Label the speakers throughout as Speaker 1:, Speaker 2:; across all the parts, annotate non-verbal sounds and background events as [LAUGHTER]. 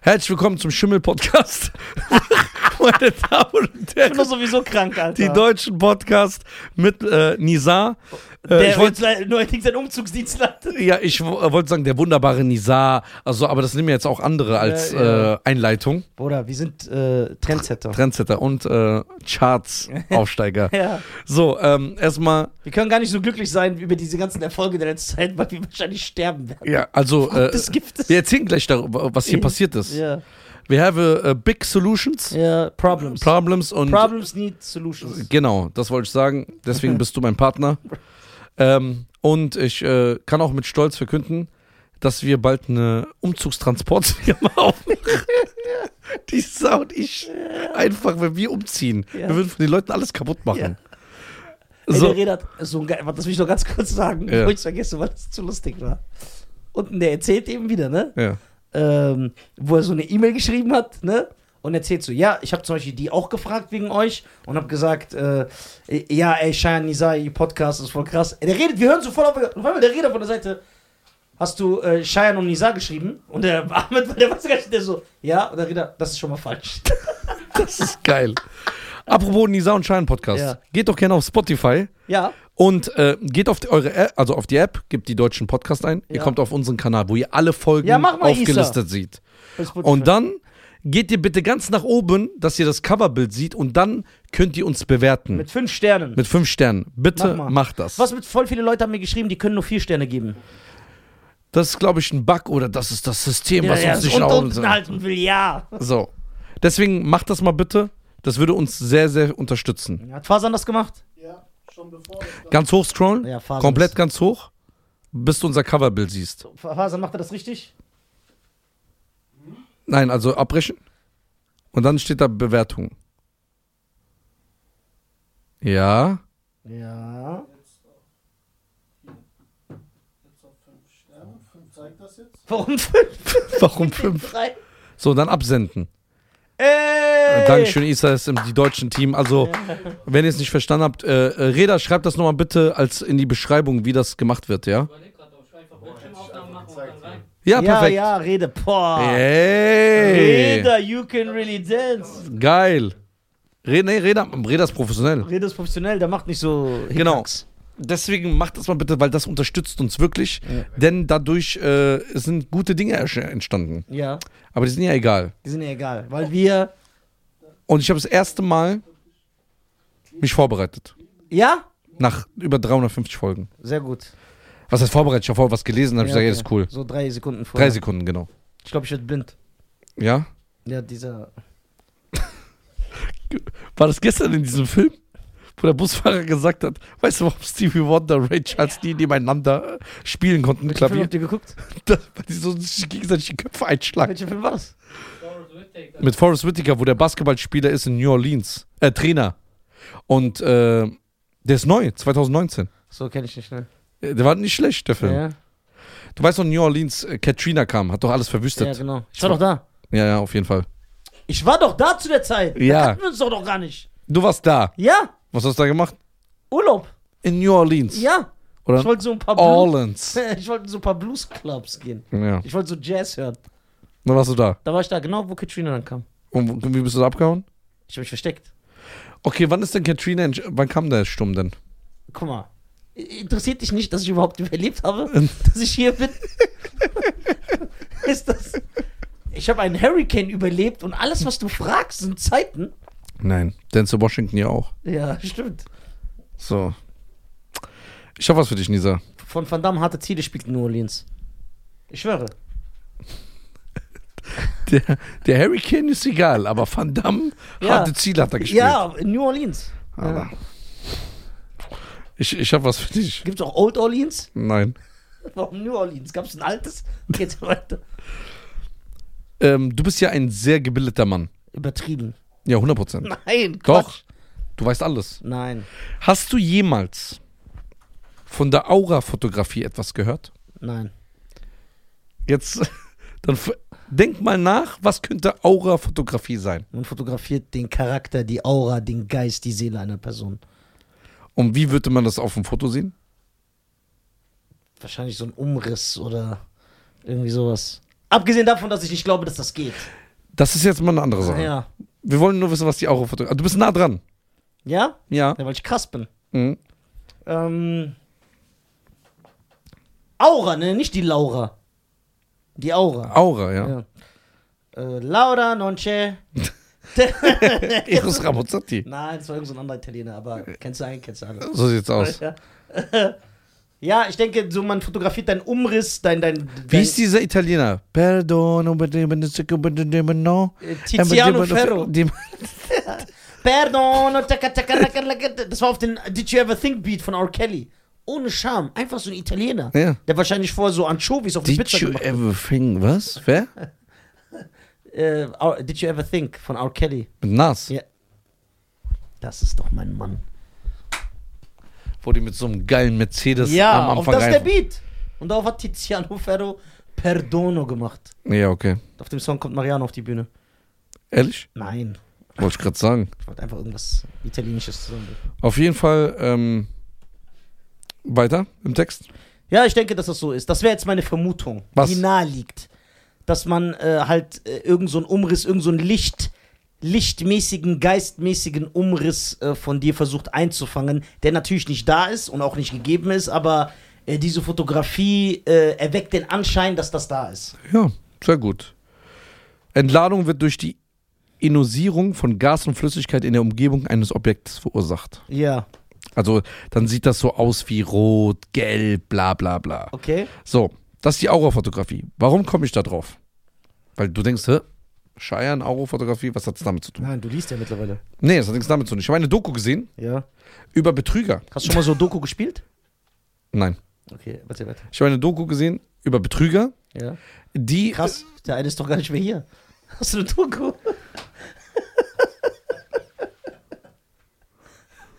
Speaker 1: Herzlich willkommen zum Schimmel-Podcast. [LAUGHS] Meine Damen und
Speaker 2: [LAUGHS] Ich bin doch
Speaker 1: Herren,
Speaker 2: sowieso krank, Alter.
Speaker 1: die deutschen Podcast mit äh, Nizar. Äh,
Speaker 2: Der
Speaker 1: ich wollte
Speaker 2: jetzt neuerdings seinen Umzugsdienst leitet.
Speaker 1: ja, ich wo- äh, wollte sagen, der wunderbare Nizar. Also, aber das nehmen wir jetzt auch andere als
Speaker 2: Ja, ja.
Speaker 1: Äh, Einleitung.
Speaker 2: Bruder, wir sind äh, Trendsetter.
Speaker 1: Trendsetter und äh,
Speaker 2: [LAUGHS]
Speaker 1: Charts-Aufsteiger.
Speaker 2: Ja.
Speaker 1: so, ähm, erstmal,
Speaker 2: Wir können gar nicht so glücklich sein über diese ganzen Erfolge der letzten Zeit, weil wir wahrscheinlich sterben werden.
Speaker 1: ja, also, äh,
Speaker 2: Das gibt es.
Speaker 1: wir erzählen gleich darüber, was hier passiert ist.
Speaker 2: Ja.
Speaker 1: We have äh, big solutions,
Speaker 2: ja. Problems.
Speaker 1: problems und
Speaker 2: Problems need solutions.
Speaker 1: Genau, das wollte ich sagen. Deswegen bist du mein Partner. Ähm, und ich äh, kann auch mit Stolz verkünden, dass wir bald eine [LAUGHS] Umzugstransportfirma aufmachen. Die Sau und ich einfach, wenn wir umziehen,
Speaker 2: Ja.
Speaker 1: wir würden von den Leuten alles kaputt machen.
Speaker 2: Ey,
Speaker 1: So,
Speaker 2: der Redat, so ein ge- das will ich noch ganz kurz sagen,
Speaker 1: Ja.
Speaker 2: bevor ich es vergesse, weil das zu lustig war. Und der erzählt eben wieder, ne?
Speaker 1: ja.
Speaker 2: ähm, wo er so eine E-Mail geschrieben hat, ne? Und erzählt so, ja, ich habe zum Beispiel die auch gefragt wegen euch und habe gesagt, äh, ja, ey, Cheyenne Nisai, ihr Podcast ist voll krass. Der redet, wir hören so voll auf, auf einmal der Redet von der Seite, hast du äh, Cheyenne und Nisa geschrieben? Und der [LAUGHS] Ahmed, der weiß gar nicht, der so, ja, und der Redet, das ist schon mal falsch.
Speaker 1: Das ist geil. Apropos Nisa und Schein Podcast.
Speaker 2: Ja.
Speaker 1: Geht doch gerne auf Spotify
Speaker 2: ja,
Speaker 1: und äh, geht auf die, eure App, also auf die App, gebt die deutschen Podcast ein. Ihr
Speaker 2: Ja.
Speaker 1: kommt auf unseren Kanal, wo ihr alle Folgen
Speaker 2: Ja, mach mal,
Speaker 1: aufgelistet seht.
Speaker 2: das ist gut.
Speaker 1: Und dann geht ihr bitte ganz nach oben, dass ihr das Coverbild sieht und dann könnt ihr uns bewerten. Mit,
Speaker 2: mit fünf Sternen.
Speaker 1: fünf Sternen. Bitte
Speaker 2: Mach mal.
Speaker 1: macht das.
Speaker 2: Was mit voll viele Leute haben mir geschrieben, die können nur vier Sterne geben.
Speaker 1: Das ist, glaube ich, ein Bug oder das ist das System, was uns
Speaker 2: das
Speaker 1: nicht
Speaker 2: unter
Speaker 1: auch.
Speaker 2: unten halt. halten will, [LAUGHS] ja.
Speaker 1: So. Deswegen macht das mal bitte. Das würde uns sehr, sehr unterstützen.
Speaker 2: Hat Fasan das gemacht?
Speaker 3: Ja, schon bevor das war.
Speaker 1: Ganz hoch scrollen.
Speaker 2: Ja, Fasan
Speaker 1: komplett
Speaker 2: ist-
Speaker 1: ganz hoch. Bis du unser Coverbild siehst.
Speaker 2: Fasan, macht er das richtig?
Speaker 1: Nein, also abbrechen. Und dann steht da Bewertung.
Speaker 2: [LAUGHS]
Speaker 1: Ja.
Speaker 2: Ja.
Speaker 3: Jetzt auf 5 Sterne. 5 zeigt das jetzt.
Speaker 2: Warum fünf?
Speaker 1: Warum fünf?
Speaker 2: Drei?
Speaker 1: So, dann absenden.
Speaker 2: Ey!
Speaker 1: Dankeschön, Isa ist im die deutschen Team.
Speaker 2: [LAUGHS]
Speaker 1: Also, wenn ihr es nicht verstanden habt, äh, äh, Reda, schreibt das nochmal bitte als in die Beschreibung, wie das gemacht wird, ja?
Speaker 4: Überleg grad, ob ich einfach Bildschirmaufnahmen mache und dann rein.
Speaker 1: Ja,
Speaker 2: ja,
Speaker 1: perfekt.
Speaker 2: ja, rede. Boah.
Speaker 1: Hey.
Speaker 2: Reda, you can really dance.
Speaker 1: Geil. Reda, nee, Reda, Reda ist professionell.
Speaker 2: Reda ist professionell, der macht nicht so.
Speaker 1: Genau.
Speaker 2: Hickhacks.
Speaker 1: Deswegen macht das mal bitte, weil das unterstützt uns wirklich. Denn dadurch äh, sind gute Dinge ersch- entstanden.
Speaker 2: Ja,
Speaker 1: Aber die sind ja egal.
Speaker 2: die sind ja egal. Weil wir.
Speaker 1: Und ich habe das erste Mal mich vorbereitet.
Speaker 2: Ja?
Speaker 1: Nach über 350 Folgen.
Speaker 2: Sehr gut.
Speaker 1: Was heißt vorbereitet? Ich habe vorher was gelesen, dann habe ich
Speaker 2: ja,
Speaker 1: gesagt, ja, das ist cool.
Speaker 2: So drei Sekunden vorher.
Speaker 1: Drei Sekunden, genau.
Speaker 2: Ich glaube, ich werde blind.
Speaker 1: Ja?
Speaker 2: Ja, dieser.
Speaker 1: War das gestern in diesem Film, wo der Busfahrer gesagt hat, weißt du, warum Stevie Wonder, Ray Charles nie nebeneinander spielen konnten,
Speaker 2: Welchen Film [LAUGHS]
Speaker 1: Klavier?
Speaker 2: habt ihr geguckt?
Speaker 1: Das, weil die so sich gegenseitig die Köpfe einschlagen.
Speaker 2: Welcher Film war das?
Speaker 4: Forrest Whitaker.
Speaker 1: Mit Forrest Whitaker, wo der Basketballspieler ist in New Orleans, äh, Trainer. Und äh, der ist neu, 2019.
Speaker 2: So kenne ich nicht, ne?
Speaker 1: Äh, Der war nicht schlecht, der Film.
Speaker 2: Ja,
Speaker 1: Du weißt noch, New Orleans, äh, Katrina kam, hat doch alles
Speaker 2: ja,
Speaker 1: verwüstet.
Speaker 2: genau. Ich war doch da.
Speaker 1: Ja, ja, auf jeden Fall.
Speaker 2: Ich war doch da zu der Zeit.
Speaker 1: Ja.
Speaker 2: Da kannten wir uns doch noch gar nicht.
Speaker 1: Du warst da.
Speaker 2: Ja,
Speaker 1: Was hast du da gemacht?
Speaker 2: Urlaub.
Speaker 1: In New Orleans.
Speaker 2: Ja.
Speaker 1: Oder
Speaker 2: Ich wollte so ein paar Blues. [LAUGHS]
Speaker 1: Orleans.
Speaker 2: Ich wollte so ein paar Blues-Clubs gehen.
Speaker 1: Ja.
Speaker 2: Ich wollte so Jazz hören.
Speaker 1: Dann warst du da.
Speaker 2: Da war ich da, genau wo Katrina dann kam.
Speaker 1: Und wie bist du da abgehauen?
Speaker 2: Ich habe mich versteckt.
Speaker 1: Okay, wann ist denn Katrina, in, wann kam der Sturm denn?
Speaker 2: Guck mal. I- Interessiert dich nicht, dass ich überhaupt [LAUGHS] überlebt habe? dass ich hier bin? [LAUGHS] Ist das. Ich habe einen Hurricane überlebt und alles, was du fragst, sind Zeiten.
Speaker 1: Nein, Denzel Washington ja auch.
Speaker 2: Ja, stimmt.
Speaker 1: So. Ich habe was für dich, Nisa.
Speaker 2: Von Van Damme harte Ziele spielt in New Orleans. Ich schwöre.
Speaker 1: Der, der Harry Kane ist egal, aber Van Damme,
Speaker 2: Ja.
Speaker 1: harte Ziele hat er gespielt.
Speaker 2: Ja, in New Orleans.
Speaker 1: Aber ich ich habe was für dich.
Speaker 2: Gibt es auch Old Orleans?
Speaker 1: Nein.
Speaker 2: Warum New Orleans? Gab es ein altes? Geht's weiter?
Speaker 1: Ähm, du bist ja ein sehr gebildeter Mann.
Speaker 2: Übertrieben.
Speaker 1: Ja, 100 Prozent.
Speaker 2: Nein,
Speaker 1: Doch.
Speaker 2: Quatsch.
Speaker 1: Du weißt alles.
Speaker 2: Nein,
Speaker 1: Hast du jemals von der Aura-Fotografie etwas gehört?
Speaker 2: nein.
Speaker 1: Jetzt, dann f- denk mal nach, was könnte Aura-Fotografie sein?
Speaker 2: Man fotografiert den Charakter, die Aura, den Geist, die Seele einer Person.
Speaker 1: Und wie würde man das auf dem Foto sehen?
Speaker 2: Wahrscheinlich so ein Umriss oder irgendwie sowas. Abgesehen davon, dass ich nicht glaube, dass das geht.
Speaker 1: Das ist jetzt mal eine andere Sache.
Speaker 2: Ja.
Speaker 1: Wir wollen nur wissen, was die Aura verdrückt. Also, du bist nah dran.
Speaker 2: Ja?
Speaker 1: Ja.
Speaker 2: ja weil ich krass bin.
Speaker 1: Mhm.
Speaker 2: Ähm, Aura, ne? Nicht die Laura. Die Aura.
Speaker 1: Aura, ja.
Speaker 2: Äh, Laura non c'è.
Speaker 1: Eros Ramazzotti.
Speaker 2: Nein, das war irgendein so ein anderer Italiener, aber kennst du einen, kennst du alle.
Speaker 1: So sieht's aus.
Speaker 2: Ja. ja, ich denke, so man fotografiert deinen Umriss, dein. dein, dein
Speaker 1: Wie ist dieser Italiener? Perdono, no.
Speaker 2: Äh, Tiziano Ferro. Pardon, taka, taka, taka, taka. das war auf den Did You Ever Think Beat von R. Kelly. Ohne Scham, einfach so ein Italiener.
Speaker 1: Ja.
Speaker 2: Der wahrscheinlich vorher so Anchovies auf die
Speaker 1: Did
Speaker 2: Pizza
Speaker 1: you
Speaker 2: gemacht hat.
Speaker 1: ever think, was? Wer?
Speaker 2: Äh, R- Did You Ever Think von R. Kelly.
Speaker 1: Mit Nas.
Speaker 2: Ja. Das ist doch mein Mann.
Speaker 1: Wo die mit so einem geilen Mercedes
Speaker 2: ja,
Speaker 1: am
Speaker 2: auf
Speaker 1: Anfang
Speaker 2: das ist der
Speaker 1: rein.
Speaker 2: Beat. Und darauf hat Tiziano Ferro Perdono gemacht.
Speaker 1: Ja, okay.
Speaker 2: Auf dem Song kommt Mariano auf die Bühne.
Speaker 1: Ehrlich?
Speaker 2: Nein,
Speaker 1: Wollte ich gerade sagen.
Speaker 2: ich wollte einfach irgendwas Italienisches zusammen.
Speaker 1: Auf jeden Fall ähm, weiter im Text.
Speaker 2: Ja, ich denke, dass das so ist. Das wäre jetzt meine Vermutung,
Speaker 1: Was?
Speaker 2: die nahe liegt. Dass man äh, halt äh, irgend so einen Umriss, irgend so einen Licht, lichtmäßigen, geistmäßigen Umriss äh, von dir versucht einzufangen, der natürlich nicht da ist und auch nicht gegeben ist, aber äh, diese Fotografie äh, erweckt den Anschein, dass das da ist.
Speaker 1: Ja, sehr gut. Entladung wird durch die Inosierung von Gas und Flüssigkeit in der Umgebung eines Objektes verursacht.
Speaker 2: Ja,
Speaker 1: Also dann sieht das so aus wie rot, gelb, bla bla bla.
Speaker 2: okay.
Speaker 1: So, das ist die Aurafotografie. Warum komme ich da drauf? Weil du denkst, hä? Scheiern, Aurafotografie, was hat es damit zu tun?
Speaker 2: Nein, du liest ja mittlerweile.
Speaker 1: Nee, das hat nichts damit zu tun. Ich habe eine Doku gesehen
Speaker 2: Ja.
Speaker 1: über Betrüger.
Speaker 2: Hast du schon mal so Doku gespielt?
Speaker 1: Nein.
Speaker 2: Okay, warte, warte.
Speaker 1: Ich habe eine Doku gesehen über Betrüger,
Speaker 2: Ja.
Speaker 1: die.
Speaker 2: Krass, der eine ist doch gar nicht mehr hier. Hast du eine Doku?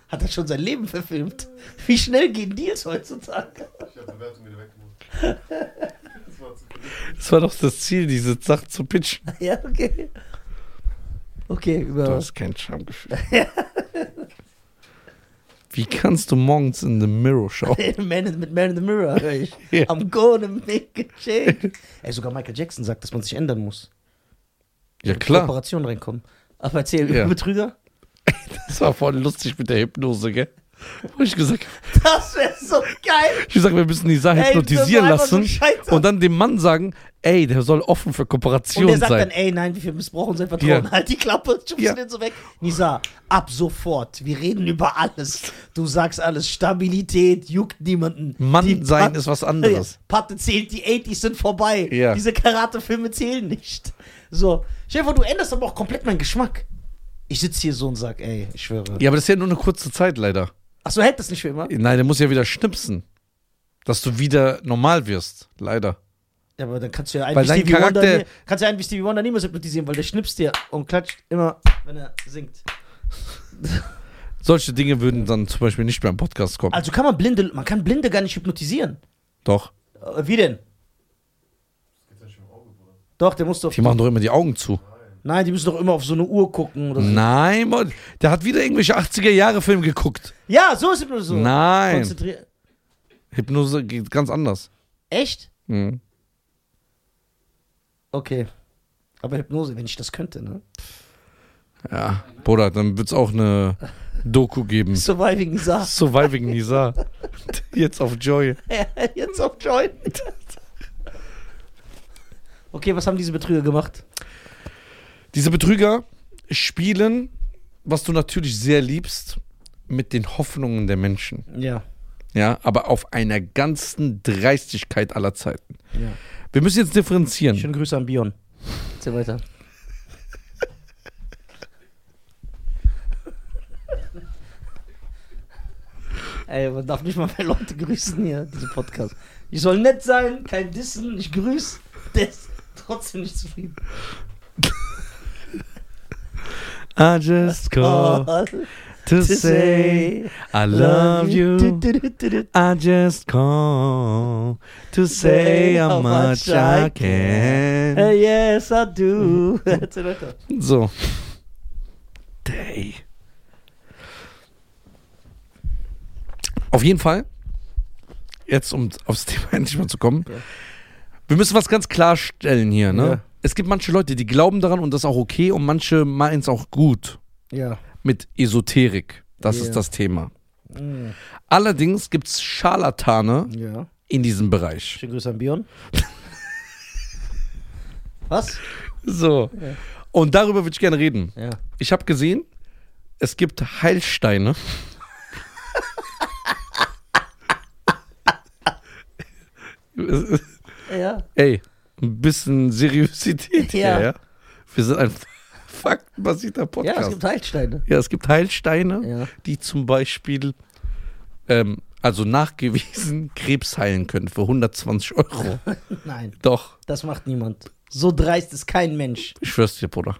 Speaker 2: Hat er schon sein Leben verfilmt? Wie schnell gehen Deals heutzutage?
Speaker 1: [LAUGHS]
Speaker 3: Ich habe Bewertung wieder weggemacht. Das war zu viel.
Speaker 1: Das war doch das Ziel, diese Sache zu pitchen.
Speaker 2: Ja, okay. Okay,
Speaker 1: Du
Speaker 2: über was?
Speaker 1: hast kein Schamgefühl. Wie kannst du morgens in the mirror schauen?
Speaker 2: [LAUGHS] Man in, mit Man in the Mirror höre ich.
Speaker 1: Ja.
Speaker 2: I'm gonna make a
Speaker 1: [LAUGHS]
Speaker 2: change. Ey, sogar Michael Jackson sagt, dass man sich ändern muss.
Speaker 1: Ja
Speaker 2: In
Speaker 1: klar,
Speaker 2: [LAUGHS] Operationen reinkommen. Aber erzähl, über
Speaker 1: Ja.
Speaker 2: Betrüger? [LAUGHS]
Speaker 1: das war vorhin lustig mit der Hypnose, gell? Wo ich gesagt habe,
Speaker 2: Das wäre so geil.
Speaker 1: ich gesagt, wir müssen die Sache
Speaker 2: Ey, das
Speaker 1: hypnotisieren
Speaker 2: war einfach so
Speaker 1: lassen
Speaker 2: scheiße.
Speaker 1: und dann dem Mann sagen, ey, der soll offen für
Speaker 2: Und
Speaker 1: Kooperation
Speaker 2: der sagt dann,
Speaker 1: sein.
Speaker 2: ey, nein, wir missbrauchen sein Vertrauen.
Speaker 1: Ja.
Speaker 2: Halt die Klappe, schubst
Speaker 1: Ja.
Speaker 2: den so weg. Nisa, ab sofort, wir reden über alles. Du sagst alles, Stabilität, juckt niemanden.
Speaker 1: Mann
Speaker 2: Die
Speaker 1: sein
Speaker 2: Pat-
Speaker 1: ist was anderes.
Speaker 2: [LAUGHS] Ja, Patte zählt, die 80s sind vorbei.
Speaker 1: Ja.
Speaker 2: Diese Karate-Filme zählen nicht. So, Stefan, du änderst aber auch komplett meinen Geschmack. Ich sitze hier so und sag, ey, ich schwöre.
Speaker 1: Ja, aber das ist ja nur eine kurze Zeit leider.
Speaker 2: Ach so, hält das nicht für immer?
Speaker 1: Nein, der muss ja wieder schnipsen, dass du wieder normal wirst, leider.
Speaker 2: Ja, aber dann kannst du ja einen
Speaker 1: Weil
Speaker 2: wie
Speaker 1: dein
Speaker 2: Stevie
Speaker 1: Charakter-
Speaker 2: Wonder nie- kannst du ja einen wie Stevie Wonder niemals hypnotisieren, weil der schnippst dir und klatscht immer, wenn er singt.
Speaker 1: Solche Dinge würden dann zum Beispiel nicht mehr im Podcast kommen.
Speaker 2: Also kann man blinde, man kann blinde gar nicht hypnotisieren.
Speaker 1: Doch.
Speaker 2: Äh, Wie denn?
Speaker 3: Das geht ja nicht im Auge, Bruder.
Speaker 2: Doch, der muss doch.
Speaker 1: Die machen doch immer die Augen zu.
Speaker 2: Nein, die müssen doch immer auf so eine Uhr gucken oder so.
Speaker 1: Nein, Mann. Der hat wieder irgendwelche 80er-Jahre-Filme geguckt.
Speaker 2: Ja, so ist Hypnose.
Speaker 1: Nein.
Speaker 2: Konzentrier
Speaker 1: Hypnose geht ganz anders.
Speaker 2: Echt?
Speaker 1: Mhm.
Speaker 2: Okay. Aber Hypnose, wenn ich das könnte, ne?
Speaker 1: Ja, Bruder, dann wird's auch eine Doku geben.
Speaker 2: Surviving
Speaker 1: [LAUGHS]
Speaker 2: Nisa.
Speaker 1: Surviving Nisa. Jetzt auf Joy.
Speaker 2: [LAUGHS] Jetzt auf Join.
Speaker 1: [LAUGHS]
Speaker 2: okay, was haben diese Betrüger gemacht?
Speaker 1: Diese Betrüger spielen, was du natürlich sehr liebst, mit den Hoffnungen der Menschen.
Speaker 2: Ja.
Speaker 1: Ja, aber auf einer ganzen Dreistigkeit aller Zeiten.
Speaker 2: ja.
Speaker 1: Wir müssen jetzt differenzieren.
Speaker 2: Schöne Grüße an Bion. Erzähl Hm. weiter. Ey, man darf nicht mal mehr Leute grüßen hier, diese Podcast. Ich soll nett sein, kein Dissen, ich grüße, der ist trotzdem nicht zufrieden.
Speaker 1: I just call to say I love you. I just call to say how much I Mhm. can.
Speaker 2: Hey, Uh, yes, I [LAUGHS] do. Erzähl weiter.
Speaker 1: So. Day. [LAUGHS] Auf jeden Fall, jetzt um aufs Thema endlich mal zu kommen,
Speaker 2: Ja.
Speaker 1: Wir müssen was ganz klarstellen hier, ne?
Speaker 2: Ja.
Speaker 1: Es gibt manche Leute, die glauben daran und das ist auch okay und manche meinen es auch gut
Speaker 2: Ja.
Speaker 1: mit Esoterik. Das
Speaker 2: Ja.
Speaker 1: ist das Thema.
Speaker 2: Mm,
Speaker 1: Allerdings gibt es Scharlatane
Speaker 2: ja.
Speaker 1: in diesem Bereich.
Speaker 2: Schönen Grüße an Bion.
Speaker 1: [LAUGHS]
Speaker 2: Was?
Speaker 1: So.
Speaker 2: Ja.
Speaker 1: Und darüber würde ich gerne reden.
Speaker 2: Ja.
Speaker 1: Ich habe gesehen, es gibt Heilsteine. [LAUGHS]
Speaker 2: Ja.
Speaker 1: Ey, ein bisschen Seriosität
Speaker 2: Ja.
Speaker 1: hier, ja? Wir sind ein faktenbasierter Podcast.
Speaker 2: Ja, es gibt Heilsteine.
Speaker 1: Ja, es gibt Heilsteine,
Speaker 2: Ja.
Speaker 1: die zum Beispiel, ähm, also nachgewiesen, Krebs heilen können für 120
Speaker 2: [LAUGHS]
Speaker 1: Euro.
Speaker 2: Nein,
Speaker 1: Doch,
Speaker 2: das macht niemand. So dreist ist kein Mensch.
Speaker 1: ich schwör's dir, Bruder.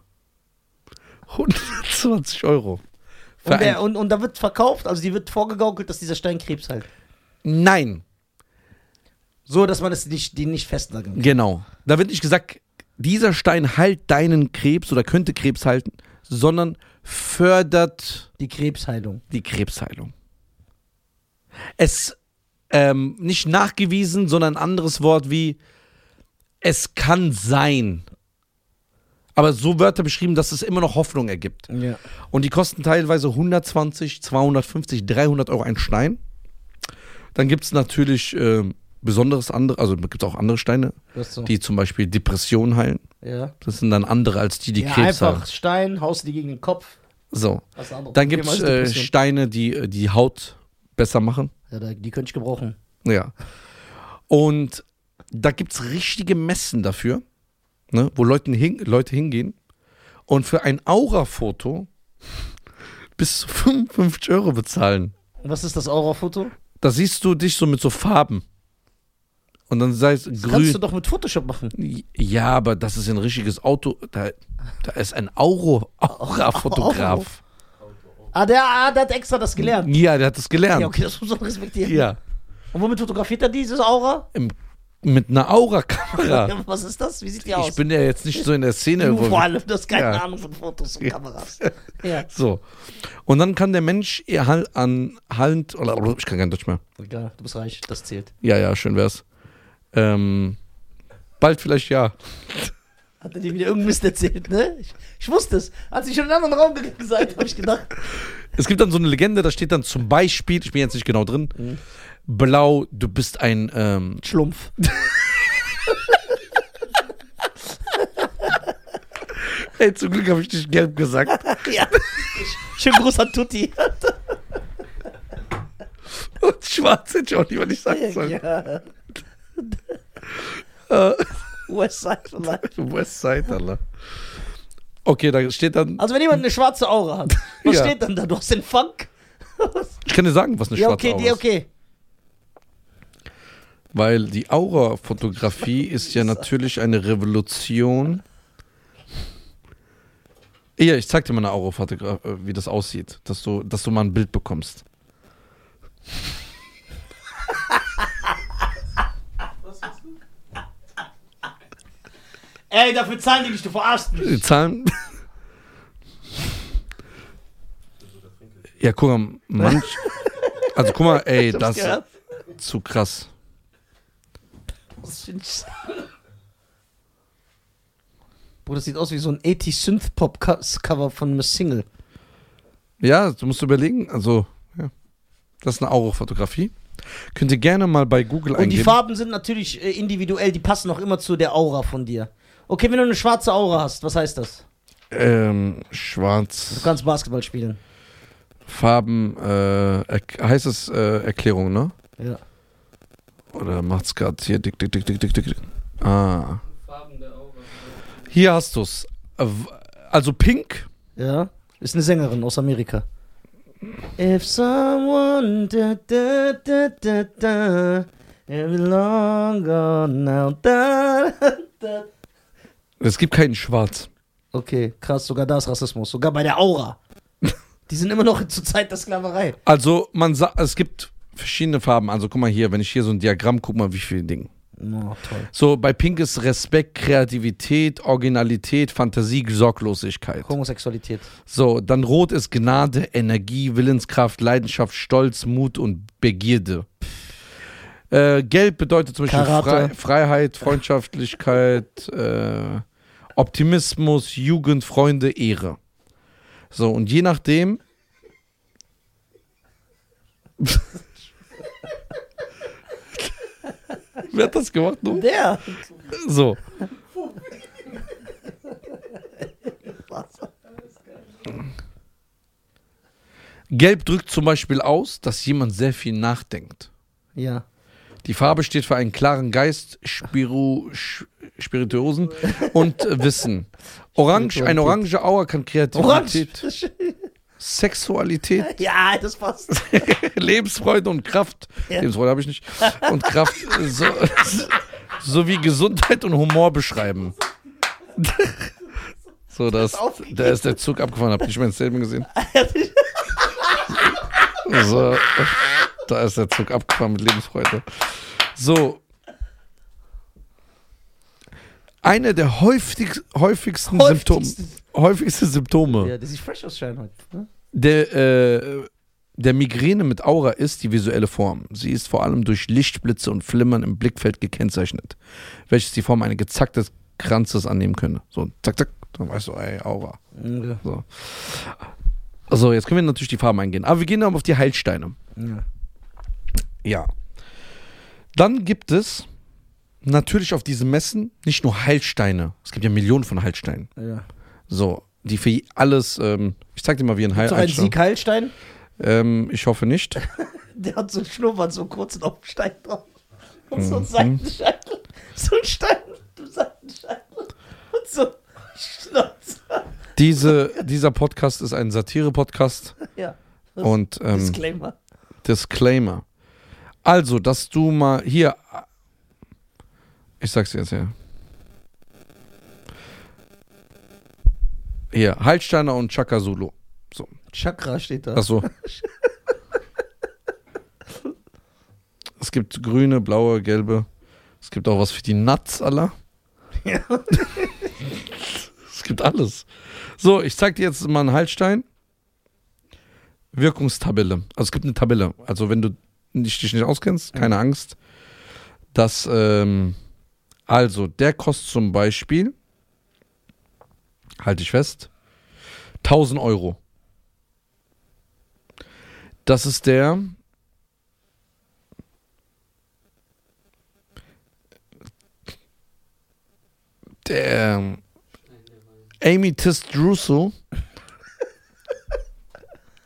Speaker 1: 120 Euro. Für
Speaker 2: Und,
Speaker 1: ein,
Speaker 2: der, und, und da wird verkauft, also die wird vorgegaukelt, dass dieser Stein Krebs heilt.
Speaker 1: nein,
Speaker 2: So, dass man es nicht, die nicht festnageln kann.
Speaker 1: genau. Da wird nicht gesagt, dieser Stein heilt deinen Krebs oder könnte Krebs halten, sondern fördert
Speaker 2: Die Krebsheilung.
Speaker 1: die Krebsheilung. Es ähm, nicht nachgewiesen, sondern ein anderes Wort wie es kann sein. Aber so Wörter beschrieben, dass es immer noch Hoffnung ergibt.
Speaker 2: Ja.
Speaker 1: Und die kosten teilweise 120, 250, 300 Euro ein Stein. Dann gibt es natürlich ähm, besonderes andere, also gibt es auch andere Steine,
Speaker 2: Das so.
Speaker 1: die zum Beispiel Depressionen heilen.
Speaker 2: ja.
Speaker 1: Das sind dann andere als die, die
Speaker 2: ja,
Speaker 1: Krebs
Speaker 2: einfach
Speaker 1: haben.
Speaker 2: Stein, haust du die gegen den Kopf.
Speaker 1: So.
Speaker 2: Was anderes.
Speaker 1: Dann gibt es
Speaker 2: Thema
Speaker 1: äh,
Speaker 2: ist Depression.
Speaker 1: Steine, die äh, die Haut besser machen.
Speaker 2: ja, da, die könnte ich gebrauchen.
Speaker 1: Ja. Und da gibt es richtige Messen dafür, ne, wo Leute, hin, Leute hingehen und für ein Aura-Foto bis zu 55 Euro bezahlen.
Speaker 2: Und was ist das Aura-Foto?
Speaker 1: Da siehst du dich so mit so Farben. Und dann sei es
Speaker 2: Das kannst du
Speaker 1: grün.
Speaker 2: doch mit Photoshop machen.
Speaker 1: Ja, aber das ist ein richtiges Auto. Da, da ist ein Auro-
Speaker 2: [LAUGHS]
Speaker 1: Aura-Fotograf.
Speaker 2: Ah, der, ah, der hat extra das gelernt.
Speaker 1: ja, der hat das gelernt.
Speaker 2: Ja,
Speaker 1: Ja,
Speaker 2: okay, das muss man respektieren. Und womit fotografiert er dieses Aura?
Speaker 1: mit einer Aura-Kamera.
Speaker 2: Ja, Was ist das? Wie sieht die aus?
Speaker 1: Ah. Ich
Speaker 2: [LAUGHS]
Speaker 1: bin ja jetzt nicht so in der Szene.
Speaker 2: du
Speaker 1: involviert.
Speaker 2: vor allem, du hast keine
Speaker 1: Ja.
Speaker 2: Ahnung von Fotos
Speaker 1: [LAUGHS]
Speaker 2: und Kameras. Ja.
Speaker 1: So. Und dann kann der Mensch ihr halt an oh, Hand oder ich kann kein Deutsch mehr.
Speaker 2: Egal, du bist reich, das zählt.
Speaker 1: Ja, ja, schön wär's. Ähm, bald vielleicht ja.
Speaker 2: Hat er dir wieder irgendeinen Mist erzählt, ne? Ich, ich wusste es. Als ich schon in einen anderen Raum gegangen seid, habe ich gedacht.
Speaker 1: Es gibt dann so eine Legende, da steht dann zum Beispiel, ich bin jetzt nicht genau drin, blau, du bist ein ähm, [LAUGHS]
Speaker 2: Schlumpf. [LAUGHS]
Speaker 1: Ey, zum Glück habe ich nicht gelb gesagt.
Speaker 2: Ja. Schönen Gruß an Tutti.
Speaker 1: [LAUGHS] Und schwarz hätte ich auch lieber nicht sagen sollen.
Speaker 2: [LAUGHS]
Speaker 1: Ja.
Speaker 2: Ja. Westside for life.
Speaker 1: Westside, Alter. Okay, da steht dann,
Speaker 2: Also wenn jemand eine schwarze Aura hat, was
Speaker 1: Ja.
Speaker 2: steht dann da? Du hast den Funk?
Speaker 1: ich kann dir sagen, was eine
Speaker 2: ja,
Speaker 1: schwarze
Speaker 2: okay,
Speaker 1: Aura
Speaker 2: die,
Speaker 1: ist.
Speaker 2: okay.
Speaker 1: Weil die Aura-Fotografie ist ja natürlich eine Revolution. Ja, ich zeig dir mal eine Aura-Fotografie, wie das aussieht, dass du, dass du mal ein Bild bekommst.
Speaker 3: Was hast du?
Speaker 2: Ey, dafür zahlen die nicht, du verarschst mich.
Speaker 1: Die Zahlen. Ja, guck mal, manch. Also guck mal, ey, das ist
Speaker 2: gehört.
Speaker 1: zu krass.
Speaker 2: Das find ich- [LAUGHS] Bro, das sieht aus wie so ein 80 synth pop cover von einem Single.
Speaker 1: Ja, du musst überlegen, also, ja. Das ist eine Aura-Fotografie. Könnt ihr gerne mal bei Google
Speaker 2: Und die
Speaker 1: eingeben.
Speaker 2: Farben sind natürlich äh, individuell, die passen auch immer zu der Aura von dir. Okay, wenn du eine schwarze Aura hast, was heißt das?
Speaker 1: ähm,
Speaker 2: Du
Speaker 1: schwarz.
Speaker 2: kannst Basketball spielen.
Speaker 1: Farben, äh, er, heißt es äh, Erklärung, ne?
Speaker 2: Ja.
Speaker 1: Oder macht's grad hier dick, dick, dick, dick, dick, dick, dick. Ah.
Speaker 4: Farben der Aura.
Speaker 1: Hier hast du's. Äh, w- Also pink.
Speaker 2: Ja. Ist eine Sängerin aus Amerika. If someone da, da, da, da, da, every long gone now da, da.
Speaker 1: Es gibt keinen schwarz.
Speaker 2: Okay, krass, sogar da ist Rassismus, sogar bei der Aura. Die sind immer noch [LAUGHS] zur Zeit der Sklaverei.
Speaker 1: Also man sa es gibt verschiedene Farben. Also guck mal hier, wenn ich hier so ein Diagramm guck mal, wie viele Dinge.
Speaker 2: Oh, toll.
Speaker 1: So bei pink ist Respekt, Kreativität, Originalität, Fantasie, Sorglosigkeit.
Speaker 2: Homosexualität.
Speaker 1: So, dann rot ist Gnade, Energie, Willenskraft, Leidenschaft, Stolz, Mut und Begierde. Äh, gelb bedeutet zum Beispiel
Speaker 2: Karate.
Speaker 1: Frei, Freiheit, Freundschaftlichkeit, äh, Optimismus, Jugend, Freunde, Ehre. So, und je nachdem. [LAUGHS] Wer hat das gemacht? Du?
Speaker 2: Der.
Speaker 1: So. Gelb drückt zum Beispiel aus, dass jemand sehr viel nachdenkt.
Speaker 2: Ja.
Speaker 1: Die Farbe steht für einen klaren Geist, Spiru, Sch- Spirituosen und Wissen. Orange, eine orange Auer kann
Speaker 2: Orange.
Speaker 1: Kreativität, Sexualität,
Speaker 2: Ja, das passt. [LAUGHS]
Speaker 1: [LAUGHS] Lebensfreude und Kraft.
Speaker 2: Ja.
Speaker 1: Lebensfreude habe ich nicht. Und Kraft äh, so, sowie Gesundheit und Humor beschreiben. So, das,
Speaker 2: aufgegeben.
Speaker 1: da ist der Zug abgefahren. Habt ihr nicht mein Statement gesehen? So, da ist der Zug abgefahren mit Lebensfreude. So. Eine der häufig, häufigsten, Symptome, häufigste Symptome
Speaker 2: Ja, das sieht fresh aus, Schein heute. Ne?
Speaker 1: der, äh, der Migräne mit Aura ist die visuelle Form. Sie ist vor allem durch Lichtblitze und Flimmern im Blickfeld gekennzeichnet, welches die Form eines gezackten Kranzes annehmen könne. So, zack, zack, dann weißt du, ey, Aura.
Speaker 2: Ja.
Speaker 1: So, jetzt können wir natürlich die Farben eingehen. Aber wir gehen dann auf die Heilsteine.
Speaker 2: Ja.
Speaker 1: Ja. Dann gibt es natürlich auf diesen Messen nicht nur Heilsteine. Es gibt ja Millionen von Heilsteinen.
Speaker 2: ja.
Speaker 1: So, die für alles, ähm, ich zeig dir mal, wie ein
Speaker 2: So ein
Speaker 1: Heilstein.
Speaker 2: Sieg Heilstein,
Speaker 1: Ähm, ich hoffe nicht.
Speaker 2: der hat so einen Schnurrbart, so einen kurzen Aufstein drauf. Und
Speaker 1: Mhm.
Speaker 2: so einen Seitenscheitel. So einen Stein mit einem Seitenscheitel. Und so einen Schnauze.
Speaker 1: Diese, dieser Podcast ist ein Satire-Podcast
Speaker 2: Ja. Das-
Speaker 1: und ähm,
Speaker 2: Disclaimer.
Speaker 1: Disclaimer. Also, dass du mal hier. Ich sag's dir jetzt ja. Hier, Heilsteiner und Chaka Zulu.
Speaker 2: Chakra steht da.
Speaker 1: Achso. es gibt grüne, blaue, gelbe. Es gibt auch was für die Nuts, aller.
Speaker 2: Ja.
Speaker 1: es gibt alles. So, ich zeig dir jetzt mal einen Haltstein. Wirkungstabelle. Also es gibt eine Tabelle. Also wenn du nicht, dich nicht auskennst, keine Angst. Das, ähm, also der kostet zum Beispiel, halte ich fest, 1000 Euro. Das ist der. Der. Amy Tistruso.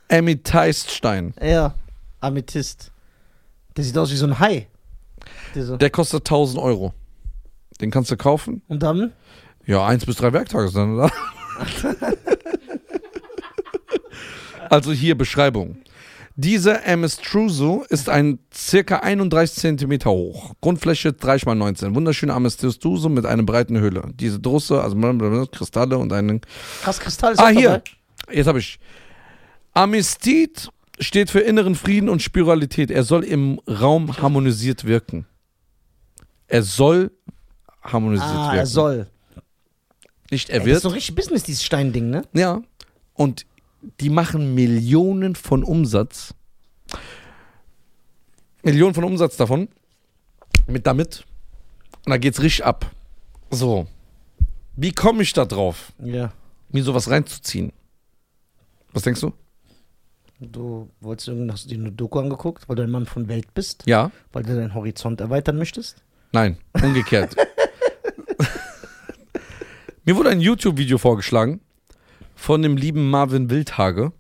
Speaker 1: Amy Teiststein.
Speaker 2: Ja. Amethyst. Der sieht aus wie so ein Hai. Der so.
Speaker 1: Der kostet 1000 Euro. Den kannst du kaufen.
Speaker 2: Und dann?
Speaker 1: Ja, eins bis drei Werktage sind dann da.
Speaker 2: [LAUGHS]
Speaker 1: also hier Beschreibung. Dieser MS Truso ist ein circa 31 Zentimeter hoch. Grundfläche 3 mal 19. Wunderschöne Amethystuso mit einer breiten Hülle. Diese Drusse, also blablabla, Kristalle und einen.
Speaker 2: Krass Kristall ist
Speaker 1: Ah,
Speaker 2: auch
Speaker 1: hier.
Speaker 2: dabei.
Speaker 1: Jetzt habe ich. Amestit steht für inneren Frieden und Spiritualität. Er soll im Raum harmonisiert wirken. Er soll harmonisiert
Speaker 2: Ah,
Speaker 1: wirken.
Speaker 2: er soll.
Speaker 1: Nicht er ne?
Speaker 2: Ey, das
Speaker 1: wird.
Speaker 2: ist doch richtig Business, dieses Steinding, ne?
Speaker 1: Ja. Und die machen Millionen von Umsatz. Millionen von Umsatz davon. Mit damit. Und da geht's richtig ab. So. Wie komme ich da drauf,
Speaker 2: Ja.
Speaker 1: mir sowas reinzuziehen? Was denkst du?
Speaker 2: Du wolltest irgendwann, hast du dir eine Doku angeguckt, weil du ein Mann von Welt bist,
Speaker 1: Ja?
Speaker 2: weil du deinen Horizont erweitern möchtest?
Speaker 1: Nein, [LAUGHS] umgekehrt. mir wurde ein YouTube-Video vorgeschlagen von dem lieben Marvin Wildhage.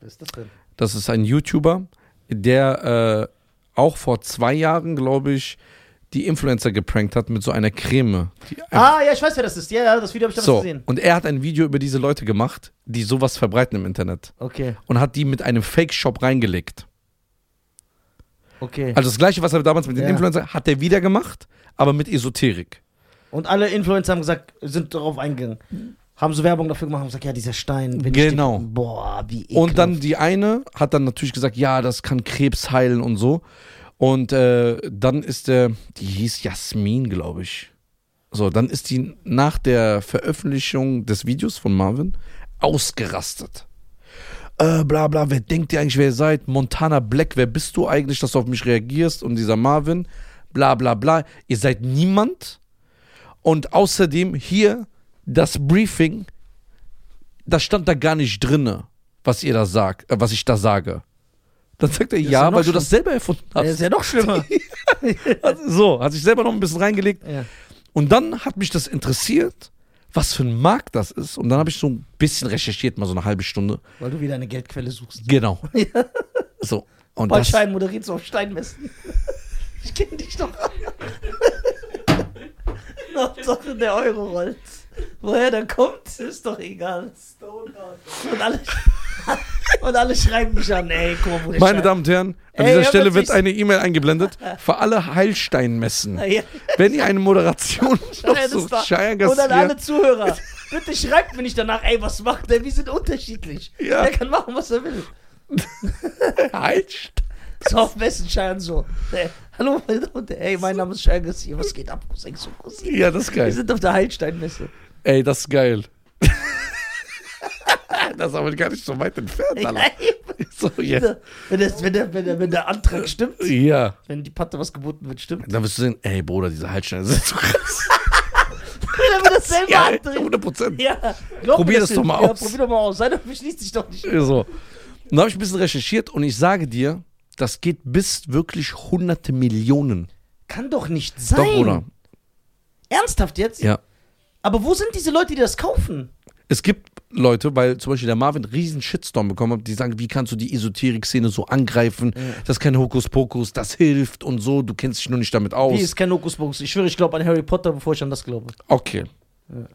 Speaker 2: Was ist das denn?
Speaker 1: Das ist ein YouTuber, der äh, auch vor zwei Jahren, glaube ich, die Influencer geprankt hat mit so einer Creme. Die
Speaker 2: Ah, ja, ich weiß, wer das ist. Ja, ja, das Video habe ich damals
Speaker 1: so.
Speaker 2: gesehen.
Speaker 1: Und er hat ein Video über diese Leute gemacht, die sowas verbreiten im Internet.
Speaker 2: Okay,
Speaker 1: Und hat die mit einem Fake-Shop reingelegt.
Speaker 2: okay.
Speaker 1: Also das gleiche, was er damals mit den
Speaker 2: Ja.
Speaker 1: Influencern hat er wieder gemacht, aber mit Esoterik.
Speaker 2: Und alle Influencer haben gesagt, sind darauf eingegangen. Haben so Werbung dafür gemacht und gesagt, ja, dieser Stein. wenn ich
Speaker 1: Genau.
Speaker 2: Den, boah, wie ekelhaft.
Speaker 1: Und dann die eine hat dann natürlich gesagt, ja, das kann Krebs heilen und so. Und äh, dann ist der, die hieß Jasmin, glaube ich. So, dann ist die nach der Veröffentlichung des Videos von Marvin ausgerastet. Äh, bla bla, wer denkt ihr eigentlich, wer ihr seid? Montana Black, wer bist du eigentlich, dass du auf mich reagierst? Und dieser Marvin, bla bla bla. Ihr seid niemand. Und außerdem hier das Briefing, das stand da gar nicht drinne, was ihr da sagt, äh, was ich da sage. Dann sagt er,
Speaker 2: ist ja
Speaker 1: ja,
Speaker 2: noch
Speaker 1: weil du das selber erfunden
Speaker 2: Das
Speaker 1: hast.
Speaker 2: ist ja
Speaker 1: [LAUGHS]
Speaker 2: noch schlimmer.
Speaker 1: So, hat sich selber noch ein bisschen reingelegt.
Speaker 2: ja.
Speaker 1: Und dann hat mich das interessiert, was für ein Markt das ist. Und dann habe ich so ein bisschen recherchiert, mal so eine halbe Stunde.
Speaker 2: Weil du wieder eine Geldquelle suchst. [LAUGHS]
Speaker 1: Genau. So. Und
Speaker 2: Paul
Speaker 1: das,
Speaker 2: Schein moderiert so auf Steinmessen. Ich kenne dich doch. Hauptsache der Euro rollt. Woher der kommt, ist doch egal.
Speaker 3: Stonehard.
Speaker 2: Und alle, und alle schreiben mich an, ey, guck mal, Bruder
Speaker 1: meine Damen und Herren, an
Speaker 2: Ey,
Speaker 1: dieser
Speaker 2: hör
Speaker 1: Stelle
Speaker 2: mit
Speaker 1: wird
Speaker 2: sich-
Speaker 1: eine E-Mail eingeblendet für alle Heilsteinmessen.
Speaker 2: Damen. Ja,
Speaker 1: Wenn ihr eine
Speaker 2: [LAUGHS]
Speaker 1: Moderation noch
Speaker 2: das
Speaker 1: sucht,
Speaker 2: war-
Speaker 1: Cheyenne
Speaker 2: und an
Speaker 1: Garcia,
Speaker 2: alle Zuhörer. Bitte schreibt mir nicht danach, ey, was macht der? Wir sind unterschiedlich.
Speaker 1: Ja.
Speaker 2: Der kann machen, was er will.
Speaker 1: Heilstein.
Speaker 2: So auf Messen scheiern so. Ey, hallo, meine Damen und Herren. Ey, mein Name ist Schein Garcia. Was geht ab? Cousin zu Cousin?
Speaker 1: Ja, das ist
Speaker 2: Wir
Speaker 1: geil.
Speaker 2: sind auf der Heilsteinmesse.
Speaker 1: Ey, das ist geil. [LAUGHS] das ist aber gar nicht so weit entfernt. Alter. So, ja.
Speaker 2: Wenn der, wenn, der, wenn, der, wenn der Antrag stimmt,
Speaker 1: ja.
Speaker 2: wenn die Patte was geboten wird, stimmt.
Speaker 1: Dann wirst du sehen, ey Bruder, diese Heilsteine sind so krass.
Speaker 2: Wenn er das selber
Speaker 1: ja,
Speaker 2: antritt.
Speaker 1: 100 Prozent.
Speaker 2: [LAUGHS] Ja, glaub
Speaker 1: Probier
Speaker 2: mir
Speaker 1: das doch mal
Speaker 2: ja,
Speaker 1: aus.
Speaker 2: Probier doch mal aus. Sei doch verschließt dich doch nicht.
Speaker 1: So. Dann habe ich ein bisschen recherchiert und ich sage dir, das geht bis wirklich hunderte Millionen.
Speaker 2: Kann doch nicht sein.
Speaker 1: Doch, Bruder.
Speaker 2: Ernsthaft jetzt?
Speaker 1: Ja.
Speaker 2: Aber wo sind diese Leute, die das kaufen?
Speaker 1: Es gibt Leute, weil zum Beispiel der Marvin einen riesen Shitstorm bekommen hat, die sagen, wie kannst du die Esoterik-Szene so angreifen? Das ist kein Hokuspokus, das hilft und so, du kennst dich nur nicht damit
Speaker 2: Wie
Speaker 1: aus.
Speaker 2: ist kein Hokuspokus. Ich schwöre, ich glaube an Harry Potter, bevor ich an das glaube.
Speaker 1: Okay.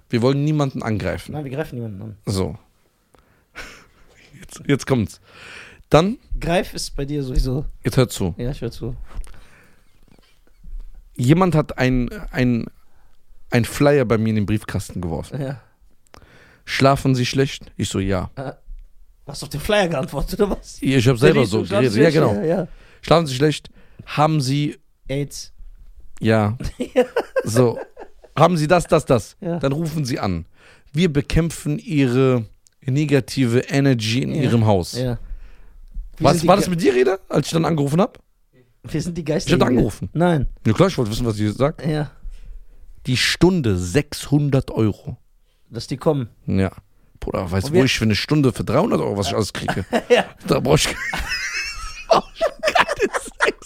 Speaker 1: Wir wollen niemanden angreifen.
Speaker 2: Nein, wir greifen niemanden an.
Speaker 1: So. Jetzt, jetzt kommt's. Dann,
Speaker 2: Greif ist bei dir sowieso.
Speaker 1: jetzt hört zu.
Speaker 2: Ja, ich höre zu.
Speaker 1: Jemand hat ein, ein, ein Flyer bei mir in den Briefkasten geworfen.
Speaker 2: Ja.
Speaker 1: Schlafen Sie schlecht? Ich so, ja.
Speaker 2: Hast du auf den Flyer geantwortet, oder was?
Speaker 1: Ich habe selber
Speaker 2: Liest
Speaker 1: so
Speaker 2: du, glaubst
Speaker 1: geredet.
Speaker 2: du
Speaker 1: Ja,
Speaker 2: nicht?
Speaker 1: genau.
Speaker 2: Ja, ja.
Speaker 1: Schlafen Sie schlecht? Haben Sie,
Speaker 2: AIDS. [LAUGHS]
Speaker 1: ja. So. Haben Sie das, das, das?
Speaker 2: Ja.
Speaker 1: Dann rufen Sie an. Wir bekämpfen Ihre negative Energy in
Speaker 2: Ja.
Speaker 1: Ihrem Haus.
Speaker 2: Ja. Wir
Speaker 1: Was,
Speaker 2: sind die
Speaker 1: war das
Speaker 2: Ge-
Speaker 1: mit dir, Rede, als ich dann angerufen habe?
Speaker 2: Wir sind die Geister.
Speaker 1: Ich hab angerufen.
Speaker 2: Nein.
Speaker 1: Ja klar, ich wollte wissen, was ihr sagt.
Speaker 2: Ja.
Speaker 1: Die Stunde 600 Euro.
Speaker 2: Dass die kommen.
Speaker 1: Ja. Bruder, weißt
Speaker 2: Und
Speaker 1: du, wo
Speaker 2: wir-
Speaker 1: ich für eine Stunde für 300 Euro, was ich alles [LAUGHS] kriege?
Speaker 2: Ja.
Speaker 1: Da brauch [LAUGHS] ich keine Sex.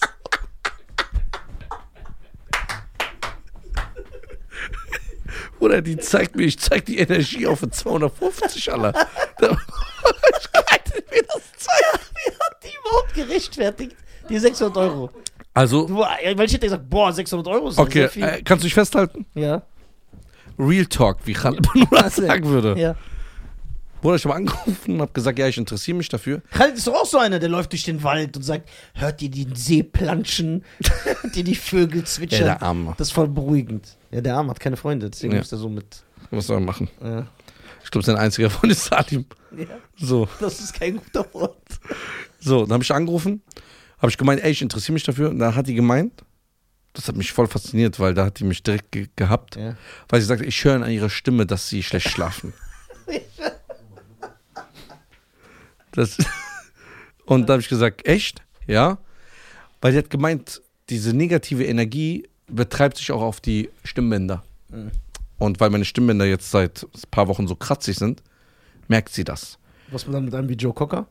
Speaker 1: Oder die zeigt mir, ich zeig die Energie auf den 250, Alter. Da brauch ich keine mir das zeigt.
Speaker 2: Wie hat die überhaupt gerechtfertigt? Die 600 Euro.
Speaker 1: Also,
Speaker 2: Du, weil ich hätte gesagt, boah, 600 Euro ist
Speaker 1: okay,
Speaker 2: sehr viel.
Speaker 1: äh, kannst du dich festhalten?
Speaker 2: ja.
Speaker 1: Real Talk, wie Khalid Banula sagen würde.
Speaker 2: ja.
Speaker 1: Bruder, ich habe angerufen und habe gesagt, ja, ich interessiere mich dafür.
Speaker 2: Khalid ist doch auch so einer, der läuft durch den Wald und sagt, hört ihr den See planschen? hört ihr die Vögel zwitschern?
Speaker 1: Ja, der Arme.
Speaker 2: Das ist voll beruhigend. Ja, der Arm hat keine Freunde, deswegen
Speaker 1: Ja.
Speaker 2: ist er so mit.
Speaker 1: Was soll man machen?
Speaker 2: Ja.
Speaker 1: Ich glaube, sein einziger Freund ist Salim.
Speaker 2: ja,
Speaker 1: So.
Speaker 2: das ist kein guter Wort.
Speaker 1: So, dann habe ich angerufen, habe ich gemeint, ey, ich interessiere mich dafür. Und dann hat die gemeint, das hat mich voll fasziniert, weil da hat die mich direkt ge gehabt,
Speaker 2: Ja.
Speaker 1: weil sie sagte, ich höre an ihrer Stimme, dass sie schlecht schlafen. das [LAUGHS] Und da habe ich gesagt, echt? Ja. Weil sie hat gemeint, diese negative Energie betreibt sich auch auf die Stimmbänder. Und weil meine Stimmbänder jetzt seit ein paar Wochen so kratzig sind, merkt sie das.
Speaker 2: Was man dann mit einem wie Joe Cocker?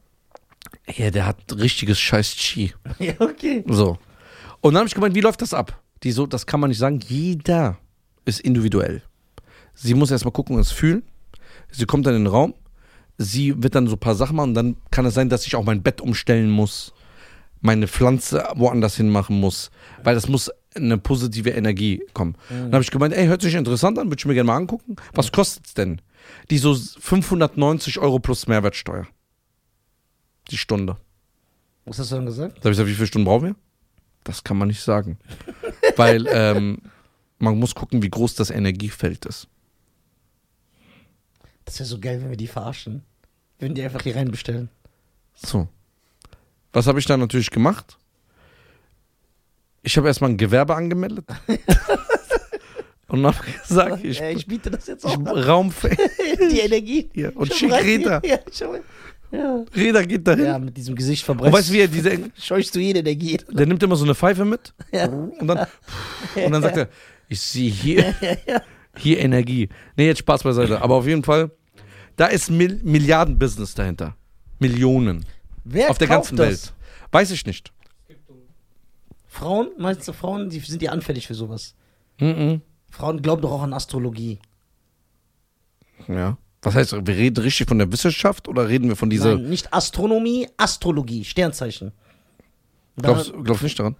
Speaker 1: Ja, der hat richtiges scheiß Chi.
Speaker 2: [LAUGHS] Ja, okay.
Speaker 1: So. Und dann habe ich gemeint, wie läuft das ab? Die so, das kann man nicht sagen. Jeder ist individuell. Sie muss erstmal gucken und es fühlen. Sie kommt dann in den Raum. Sie wird dann so ein paar Sachen machen und dann kann es sein, dass ich auch mein Bett umstellen muss. Meine Pflanze woanders hin machen muss. Weil das muss eine positive Energie kommen.
Speaker 2: Mhm.
Speaker 1: Dann habe ich gemeint, ey, hört sich interessant an, würde ich mir gerne mal angucken. Was kostet es denn? Die so 590 Euro plus Mehrwertsteuer. Die Stunde.
Speaker 2: Was hast du dann gesagt?
Speaker 1: Da habe ich gesagt, wie viele Stunden brauchen wir? Das kann man nicht sagen. [LAUGHS] Weil ähm, man muss gucken, wie groß das Energiefeld ist.
Speaker 2: Das wäre so geil, wenn wir die verarschen. Wenn die einfach hier reinbestellen.
Speaker 1: So. Was habe ich dann natürlich gemacht? Ich habe erstmal ein Gewerbe angemeldet. und habe gesagt, ich,
Speaker 2: Ey, ich biete das jetzt
Speaker 1: ich
Speaker 2: auch an.
Speaker 1: Raum [LAUGHS] für
Speaker 2: Die Energie.
Speaker 1: Ja, und
Speaker 2: Schon
Speaker 1: schick
Speaker 2: bereit?
Speaker 1: Greta.
Speaker 2: Ja, schon mal. Ja.
Speaker 1: Jeder geht dahin.
Speaker 2: ja, mit diesem Gesicht
Speaker 1: Und
Speaker 2: verbrechen.
Speaker 1: weißt du, wie er diese,
Speaker 2: Scheuchst du jede, der geht.
Speaker 1: der nimmt immer so eine Pfeife mit
Speaker 2: [LAUGHS] Ja.
Speaker 1: und dann, und dann sagt er, ich sehe
Speaker 2: [LAUGHS]
Speaker 1: hier, hier Energie. Nee, jetzt Spaß beiseite. Aber auf jeden Fall, da ist Mil Milliarden-Business dahinter. Millionen.
Speaker 2: Wer
Speaker 1: auf der
Speaker 2: kauft
Speaker 1: ganzen
Speaker 2: das?
Speaker 1: Welt. Weiß ich nicht.
Speaker 4: Es gibt um-
Speaker 2: Frauen, meinst du, Frauen, die sind die anfällig für sowas?
Speaker 1: Mhm.
Speaker 2: Frauen glauben doch auch an Astrologie.
Speaker 1: Ja. Was heißt, wir reden richtig von der Wissenschaft oder reden wir von dieser.
Speaker 2: Nein, nicht Astronomie, Astrologie, Sternzeichen. Da,
Speaker 1: Glaubst, glaubst nicht daran?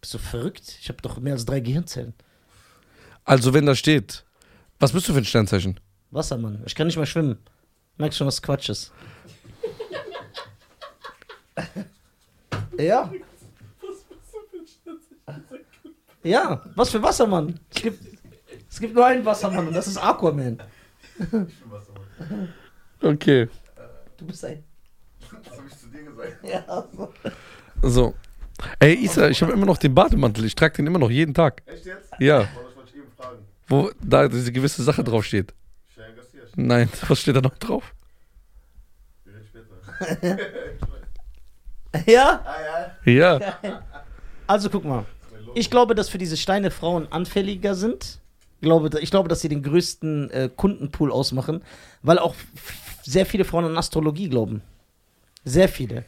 Speaker 2: bist du verrückt? Ich habe doch mehr als drei Gehirnzellen.
Speaker 1: Also, wenn da steht, was bist du für ein Sternzeichen?
Speaker 2: Wassermann, ich kann nicht mal schwimmen. Merkst schon, was Quatsch ist. ja. Ja, was für Wassermann? Es gibt, es gibt nur einen Wassermann und das ist Aquaman.
Speaker 1: Okay.
Speaker 2: Du bist ein.
Speaker 3: Das habe ich zu dir gesagt.
Speaker 2: [LAUGHS] Ja,
Speaker 1: So. Ey, Isa, ich habe immer noch den Bademantel. Ich trage den immer noch jeden Tag.
Speaker 3: Echt jetzt?
Speaker 1: Ja.
Speaker 3: Wollte ich mal eben fragen.
Speaker 1: Wo da diese gewisse Sache draufsteht.
Speaker 3: Shane Garcia, wir
Speaker 1: Nein, [LAUGHS] was steht da noch drauf?
Speaker 3: reden später.
Speaker 2: ja?
Speaker 3: ah ja,
Speaker 1: Ja.
Speaker 2: Also guck mal. Ich glaube, dass für diese Steine Frauen anfälliger sind. Glaube, ich glaube, dass sie den größten äh, Kundenpool ausmachen, weil auch f- sehr viele Frauen an Astrologie glauben. Sehr viele.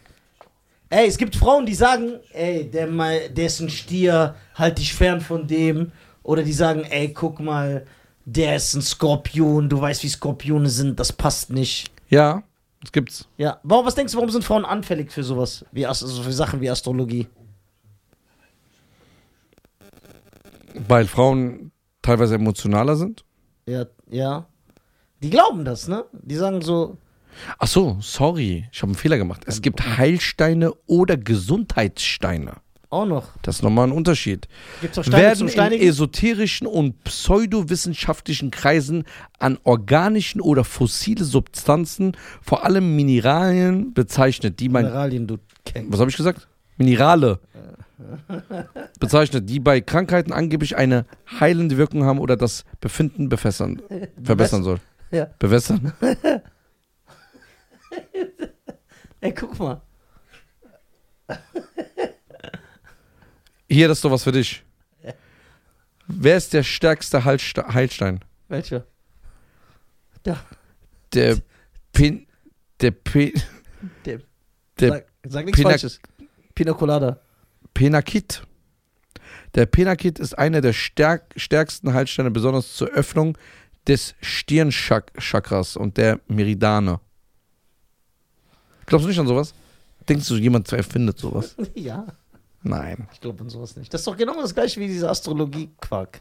Speaker 2: Ey, es gibt Frauen, die sagen, ey, der, mal, der ist ein Stier, halt dich fern von dem. Oder die sagen, ey, guck mal, der ist ein Skorpion, du weißt, wie Skorpione sind, das passt nicht.
Speaker 1: Ja, das gibt's.
Speaker 2: Ja, warum, was denkst du, warum sind Frauen anfällig für sowas, wie, Ast- also für Sachen wie Astrologie?
Speaker 1: Weil Frauen teilweise emotionaler sind.
Speaker 2: Ja, ja. Die glauben das, ne? Die sagen so,
Speaker 1: Ach so, sorry, ich habe einen Fehler gemacht. Es gibt Heilsteine oder Gesundheitssteine.
Speaker 2: auch noch.
Speaker 1: Das ist nochmal ein Unterschied.
Speaker 2: Gibt's auch Steine
Speaker 1: Werden
Speaker 2: zum
Speaker 1: in
Speaker 2: Steinigen?
Speaker 1: esoterischen und pseudowissenschaftlichen Kreisen an organischen oder fossile Substanzen, vor allem Mineralien, bezeichnet, die man
Speaker 2: Mineralien, du kennst.
Speaker 1: was habe ich gesagt? Minerale. [LAUGHS] Bezeichnet, die bei Krankheiten angeblich eine heilende Wirkung haben oder das Befinden befessern, verbessern soll.
Speaker 2: Ja.
Speaker 1: Bewässern?
Speaker 2: Ey, guck mal.
Speaker 1: Hier, das ist doch was für dich. Wer ist der stärkste Heilste- Heilstein?
Speaker 2: Welcher?
Speaker 1: Der Pin. Der Pin.
Speaker 2: Der-
Speaker 1: Der
Speaker 2: sag, sag nichts
Speaker 1: Pina-
Speaker 2: Falsches. Pina Colada.
Speaker 1: Penakit. Der Penakit ist einer der stärk stärksten Heilsteine, besonders zur Öffnung des Stirnchakras und der Meridane. Glaubst du nicht an sowas? Denkst du, jemand erfindet sowas?
Speaker 2: [LAUGHS] ja,
Speaker 1: Nein.
Speaker 2: ich glaube an sowas nicht. Das ist doch genau das gleiche wie dieser Astrologie-Quark.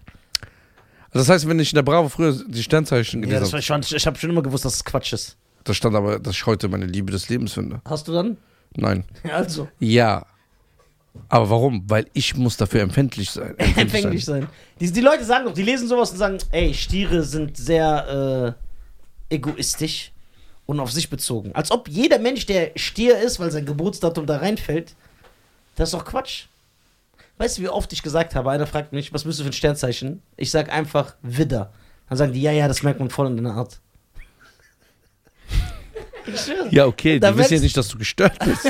Speaker 1: Also das heißt, wenn ich in der Bravo früher die Sternzeichen
Speaker 2: Ja,
Speaker 1: gelesen
Speaker 2: das
Speaker 1: habe,
Speaker 2: war schon, ich habe schon immer gewusst, dass es Quatsch ist.
Speaker 1: da stand aber, dass ich heute meine Liebe des Lebens finde.
Speaker 2: Hast du dann? [LAUGHS]
Speaker 1: Nein.
Speaker 2: Ja, also,
Speaker 1: Ja. Aber warum? Weil ich muss dafür empfindlich
Speaker 2: [LAUGHS]
Speaker 1: sein.
Speaker 2: empfänglich sein. Die, die Leute sagen doch, die lesen sowas und sagen, ey, Stiere sind sehr äh, egoistisch und auf sich bezogen. Als ob jeder Mensch, der Stier ist, weil sein Geburtsdatum da reinfällt, das ist doch Quatsch. Weißt du, wie oft ich gesagt habe, einer fragt mich, was bist du für ein Sternzeichen? Ich sage einfach Widder. Dann sagen die, ja, ja, das merkt man voll in deiner Art. Ich schwöre.
Speaker 1: Ja, okay,
Speaker 2: Da
Speaker 1: die wissen ja
Speaker 2: merkst-
Speaker 1: nicht, dass du gestört bist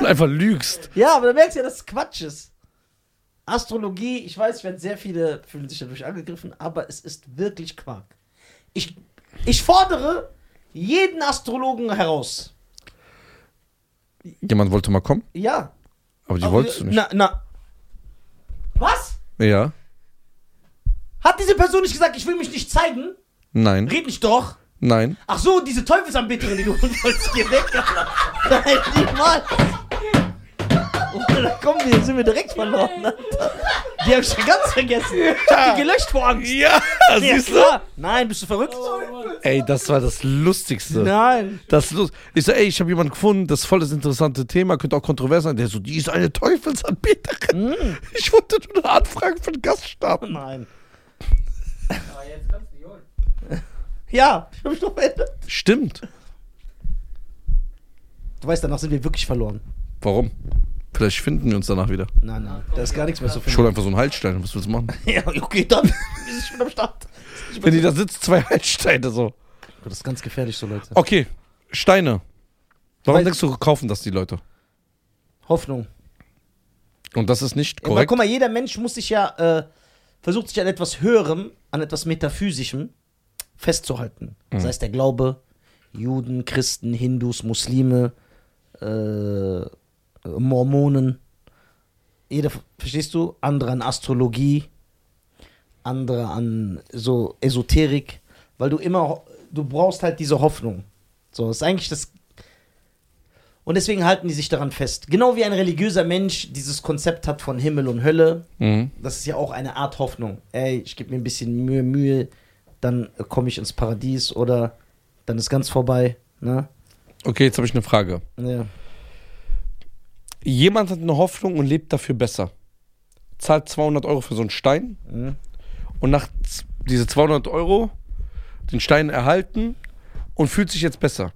Speaker 1: und einfach lügst.
Speaker 2: Ja, aber da merkst du ja, dass es Quatsch ist. Astrologie, ich weiß, ich werde sehr viele fühlen sich dadurch angegriffen, aber es ist wirklich Quark. Ich, ich fordere jeden Astrologen heraus.
Speaker 1: Jemand wollte mal kommen,
Speaker 2: Ja.
Speaker 1: aber die
Speaker 2: Aber-
Speaker 1: wolltest du nicht.
Speaker 2: Na, na. Was?
Speaker 1: Ja,
Speaker 2: Hat diese Person nicht gesagt, ich will mich nicht zeigen?
Speaker 1: nein,
Speaker 2: Red nicht doch.
Speaker 1: nein.
Speaker 2: Ach so, diese Teufelsanbeterin, die du [LAUGHS] holen wolltest, geh weg, Alter. Nein, niemals. Oh, da kommen wir, sind wir direkt verloren. Alter. Die hab ich ja ganz vergessen. Ich hab die gelöscht vor Angst.
Speaker 1: [LAUGHS] Ja,
Speaker 2: Ja, klar. Nein, bist du verrückt?
Speaker 1: Oh, Ey, das war das Lustigste.
Speaker 2: Nein.
Speaker 1: Das Lust ich so, ey, ich habe jemanden gefunden, das ist voll das interessante Thema, könnte auch kontrovers sein. Der so, die ist eine Teufelsanbeterin. [LAUGHS] Ich wollte nur eine Anfrage für den Gaststab.
Speaker 2: Nein. [LAUGHS]
Speaker 4: Aber jetzt kannst du die holen.
Speaker 2: Ja, ich hab mich doch verändert.
Speaker 1: Stimmt.
Speaker 2: Du weißt, danach sind wir wirklich verloren.
Speaker 1: Warum? Vielleicht finden wir uns danach wieder.
Speaker 2: Nein, nein.
Speaker 1: Ah,
Speaker 2: Da ist gar nichts mehr zu
Speaker 1: Ich
Speaker 2: finden.
Speaker 1: hole einfach so einen Heilstein, was willst du machen?
Speaker 2: [LAUGHS] Ja, okay, dann. Wir sind schon am Start.
Speaker 1: Wenn die da sitzt, zwei [LAUGHS] Heilsteine so. Oh.
Speaker 2: Das ist ganz gefährlich, so Leute.
Speaker 1: Okay, Steine. Warum
Speaker 2: Weil-
Speaker 1: denkst du, kaufen das die Leute?
Speaker 2: Hoffnung.
Speaker 1: Und das ist nicht korrekt.
Speaker 2: Korrekt. Guck mal, jeder Mensch muss sich ja, äh, versucht sich an etwas Höherem, an etwas Metaphysischem festzuhalten. Das heißt, der Glaube, Juden, Christen, Hindus, Muslime, äh, Mormonen, jeder, verstehst du, andere an Astrologie, andere an so Esoterik, weil du immer, ho- du brauchst halt diese Hoffnung. So, das ist eigentlich das. Und deswegen halten die sich daran fest. Genau wie ein religiöser Mensch dieses Konzept hat von Himmel und Hölle,
Speaker 1: Mhm.
Speaker 2: das ist ja auch eine Art Hoffnung. Ey, ich gebe mir ein bisschen Mühe, Mühe, dann äh, komme ich ins Paradies oder dann ist ganz vorbei. Ne?
Speaker 1: Okay, jetzt habe ich eine Frage.
Speaker 2: Ja.
Speaker 1: Jemand hat eine Hoffnung und lebt dafür besser. Zahlt 200 Euro für so einen Stein
Speaker 2: Mhm.
Speaker 1: und nach z- diese 200 Euro den Stein erhalten und fühlt sich jetzt besser.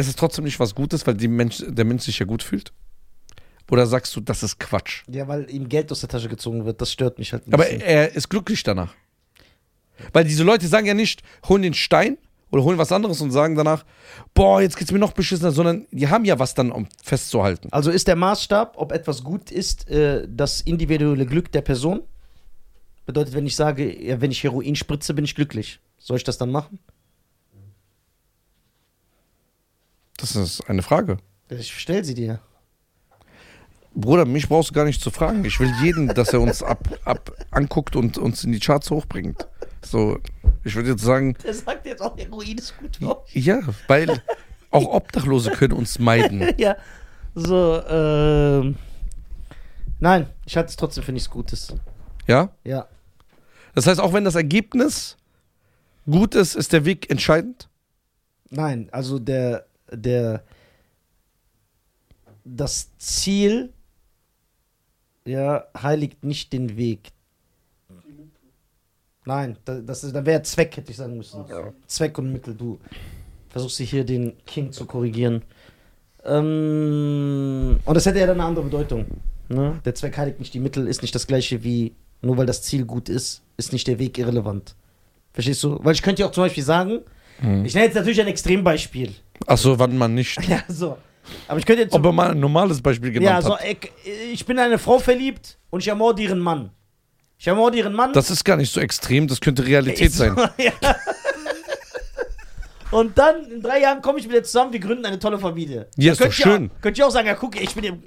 Speaker 1: Es ist trotzdem nicht was Gutes, weil die Mensch, der Mensch sich ja gut fühlt. Oder sagst du, das ist Quatsch?
Speaker 2: ja, weil ihm Geld aus der Tasche gezogen wird, das stört mich halt ein
Speaker 1: Aber
Speaker 2: bisschen.
Speaker 1: er ist glücklich danach. Weil diese Leute sagen ja nicht, holen den Stein oder holen was anderes und sagen danach, boah, jetzt geht's mir noch beschissener, sondern die haben ja was dann, um festzuhalten.
Speaker 2: Also ist der Maßstab, ob etwas gut ist, äh, das individuelle Glück der Person? Bedeutet, wenn ich sage, ja, wenn ich Heroin spritze, bin ich glücklich. Soll ich das dann machen?
Speaker 1: Das ist eine Frage.
Speaker 2: Ich stell sie dir.
Speaker 1: Bruder, mich brauchst du gar nicht zu fragen. Ich will jeden, dass er uns ab, ab anguckt und uns in die Charts hochbringt. So, ich würde jetzt sagen,
Speaker 2: Er sagt jetzt auch, Heroin ist gut für euch.
Speaker 1: ja, weil auch Obdachlose können uns meiden.
Speaker 2: [LAUGHS] Ja. So, ähm. Nein, ich halte es trotzdem für nichts Gutes.
Speaker 1: Ja?
Speaker 2: Ja.
Speaker 1: Das heißt, auch wenn das Ergebnis gut ist, ist der Weg entscheidend.
Speaker 2: Nein, also der, der, das Ziel, ja, heiligt nicht den Weg. Nein, da, das ist, da wäre Zweck, hätte ich sagen müssen. Zweck und Mittel, du versuchst dich hier den King zu korrigieren. Ähm, und das hätte ja dann eine andere Bedeutung. Ne? Der Zweck heiligt nicht die Mittel, ist nicht das gleiche wie, nur weil das Ziel gut ist, ist nicht der Weg irrelevant. Verstehst du? Weil ich könnte ja auch zum Beispiel sagen, ich nenne jetzt natürlich ein Extrembeispiel.
Speaker 1: Achso, wann man nicht.
Speaker 2: Hm. [LAUGHS] Ja, so. Aber ich könnte jetzt.
Speaker 1: Ob er mal ein normales Beispiel genannt
Speaker 2: ja, so,
Speaker 1: hat.
Speaker 2: ich, ich bin in eine Frau verliebt und ich ermorde ihren Mann. Ich ermorde ihren Mann.
Speaker 1: Das ist gar nicht so extrem, das könnte Realität sein.
Speaker 2: [LAUGHS] ja. Und dann in drei Jahren komme ich wieder zusammen, wir gründen eine tolle Familie.
Speaker 1: Ja, ist doch
Speaker 2: Da könnt ihr
Speaker 1: schön.
Speaker 2: Auch, könnt ihr auch sagen, ja, guck, ich bin im.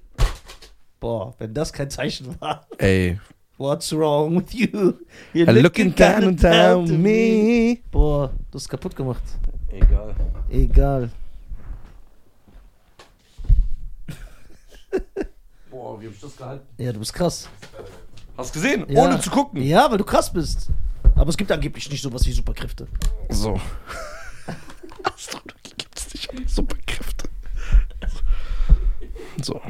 Speaker 2: Boah, wenn das kein Zeichen war. [LAUGHS]
Speaker 1: Ey,
Speaker 2: What's wrong with you? You're
Speaker 1: I'm looking down and down to me.
Speaker 2: Boah, du hast kaputt gemacht.
Speaker 1: Egal.
Speaker 2: Egal.
Speaker 1: Boah, wie hab ich das gehalten?
Speaker 2: Ja, du bist krass.
Speaker 1: Hast gesehen?
Speaker 2: Ja.
Speaker 1: Ohne zu gucken.
Speaker 2: Ja, weil du krass bist. Aber es gibt angeblich nicht sowas wie Superkräfte.
Speaker 1: So. [LAUGHS] Astrologie gibt's nicht alle Superkräfte. So.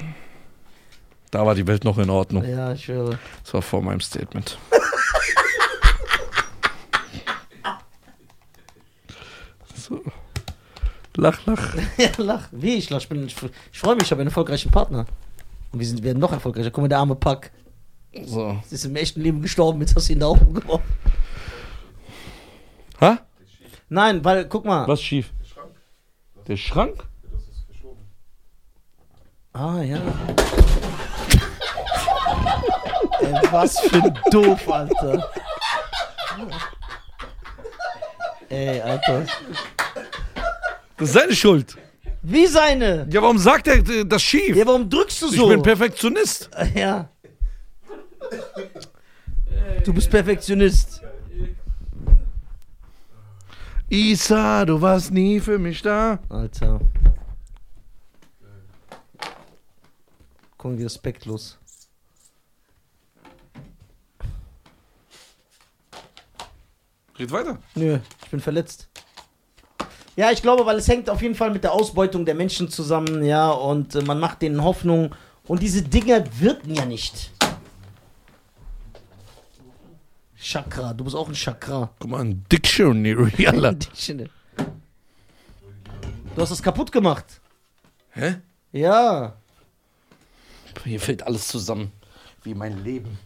Speaker 1: Da war die Welt noch in Ordnung.
Speaker 2: Ja, ich äh, höre.
Speaker 1: Das war vor meinem Statement. so. Lach, lach.
Speaker 2: [LAUGHS] Ja, lach. Wie ich lach. Ich, bin- ich, ich freue mich, ich habe einen erfolgreichen Partner. Und wir sind, werden noch erfolgreicher. Guck mal, der arme Pack.
Speaker 1: So.
Speaker 2: Sie ist im echten Leben gestorben, jetzt hast du ihn da aufgeworfen.
Speaker 1: Ha?
Speaker 2: Nein, weil, guck mal.
Speaker 1: Was schief? Der Schrank? [LAUGHS]
Speaker 2: Ah, ja. Ey, was für ein Doof, Alter. Ey, Alter.
Speaker 1: Das ist seine Schuld.
Speaker 2: Wie seine?
Speaker 1: Ja, warum sagt er äh, das schief?
Speaker 2: Ja, warum drückst du so?
Speaker 1: Ich bin Perfektionist.
Speaker 2: Ja. Äh, Du bist Perfektionist.
Speaker 1: Isa, du warst nie für mich da.
Speaker 2: Alter. Guck mal, wie respektlos.
Speaker 1: Red weiter.
Speaker 2: Nö, ich bin verletzt. Ja, ich glaube, weil es hängt auf jeden Fall mit der Ausbeutung der Menschen zusammen, ja, und äh, man macht denen Hoffnung. Und diese Dinger wirken ja nicht. Chakra, du bist auch ein Chakra.
Speaker 1: Guck mal, ein [LAUGHS] Dictionary, Alter.
Speaker 2: Dictionary. Du hast das kaputt gemacht.
Speaker 1: Hä?
Speaker 2: Ja.
Speaker 1: Hier fällt alles zusammen. Wie mein Leben.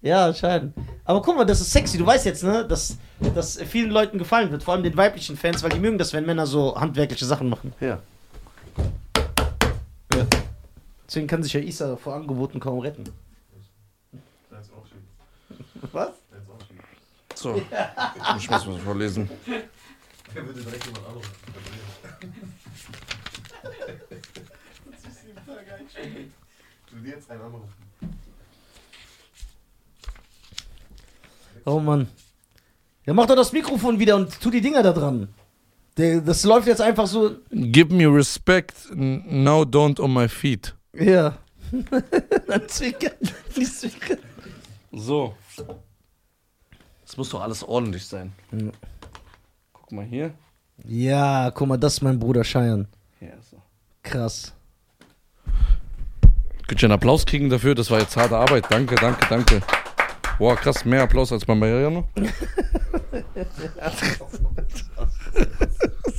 Speaker 2: Ja, anscheinend. Aber guck mal, das ist sexy. Du weißt jetzt, ne? Das, das vielen Leuten gefallen wird, vor allem den weiblichen Fans, weil die mögen das, wenn Männer so handwerkliche Sachen machen.
Speaker 1: Ja.
Speaker 2: Deswegen kann sich ja Isa vor Angeboten kaum retten.
Speaker 5: Seins auch schief.
Speaker 2: Was?
Speaker 5: Seins auch schief.
Speaker 1: [LAUGHS] So. Ich muss was vorlesen.
Speaker 5: Der würde direkt jemand anrufen. Du willst jetzt einen anrufen.
Speaker 2: Oh Mann. Ja, mach doch das Mikrofon wieder und tu die Dinger da dran. Der, das läuft jetzt einfach so.
Speaker 1: Give me respect, n- now don't on my feet.
Speaker 2: Ja. Dann zwickern. Die zwickern.
Speaker 1: So. Es muss doch alles ordentlich sein. Guck mal hier.
Speaker 2: Ja, guck mal, das ist mein Bruder Cheyenne.
Speaker 1: Ja, so.
Speaker 2: Krass.
Speaker 1: Könnt ihr einen Applaus kriegen dafür? Das war jetzt harte Arbeit. Danke, danke, danke. Boah, krass, mehr Applaus als bei ne? [LAUGHS] Mariano.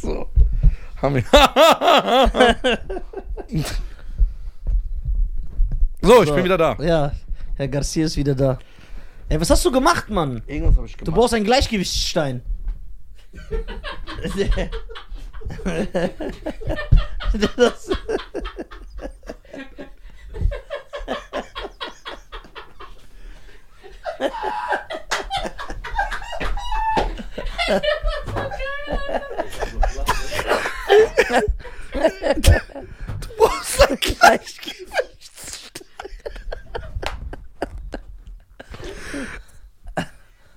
Speaker 1: so. Haben wir. [LAUGHS] so, ich
Speaker 2: So.
Speaker 1: bin wieder da.
Speaker 2: Ja, Herr Garcia ist wieder da. Ey, was hast du gemacht, Mann?
Speaker 1: Irgendwas habe ich
Speaker 2: Du brauchst einen Gleichgewichtsstein. das,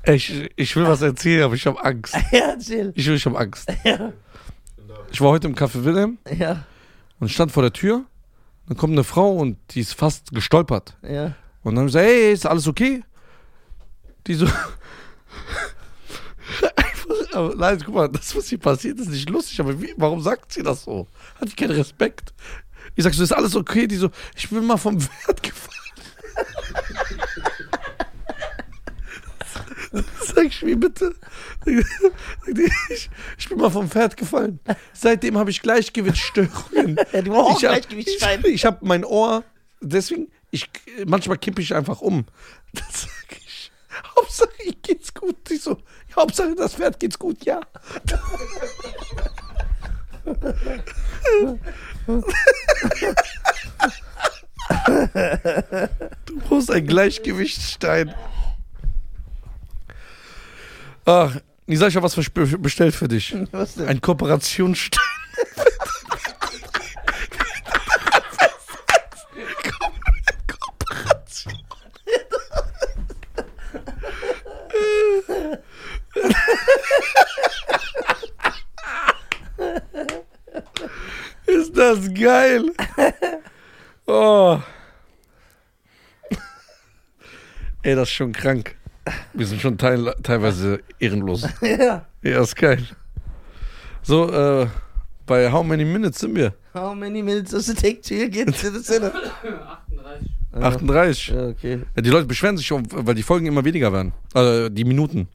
Speaker 1: Ich, ich will was erzählen, aber ich habe Angst.
Speaker 2: ja, chill.
Speaker 1: Ich, will- ich habe Angst.
Speaker 2: Ja,
Speaker 1: Ich war heute im Café Wilhelm
Speaker 2: ja,
Speaker 1: und stand vor der Tür. Dann kommt eine Frau und die ist fast gestolpert.
Speaker 2: ja.
Speaker 1: Und dann hab ich gesagt, hey, ist alles okay? Die so. [LAUGHS] Einfach, aber nein, guck mal, das, was hier passiert, ist nicht lustig, aber wie, warum sagt sie das so? Hat sie keinen Respekt? Ich sag so, ist alles okay? Die so, ich bin mal vom [LAUGHS] Wert gefallen. sag ich, wie bitte? Sagt die, Ich, ich bin mal vom Pferd gefallen. Seitdem habe ich Gleichgewichtsstörungen.
Speaker 2: [LAUGHS] Ja, die brauchen auch
Speaker 1: Ich hab-
Speaker 2: Gleichgewichtsstein.
Speaker 1: Ich, ich habe mein Ohr, deswegen, ich, manchmal kippe ich einfach um. Das sage ich. Hauptsache, ich geht's gut. Ich so, Hauptsache, das Pferd geht's gut, ja. du brauchst ein Gleichgewichtsstein. Ach, Nisa, ich habe was versp- bestellt für dich.
Speaker 2: Was denn?
Speaker 1: Ein Kooperationsstein. Kooperation. Ist das geil? Oh. Ey, das ist schon krank. Wir sind schon teil teilweise ehrenlos.
Speaker 2: Ja.
Speaker 1: [LAUGHS] Ja, ist geil. So, äh, bei How Many Minutes sind wir?
Speaker 2: How many minutes does it take to get to the center?
Speaker 4: 38.
Speaker 1: 38.
Speaker 2: Ja, okay.
Speaker 1: Ja, die Leute beschweren sich, schon, weil die Folgen immer weniger werden. Also die Minuten.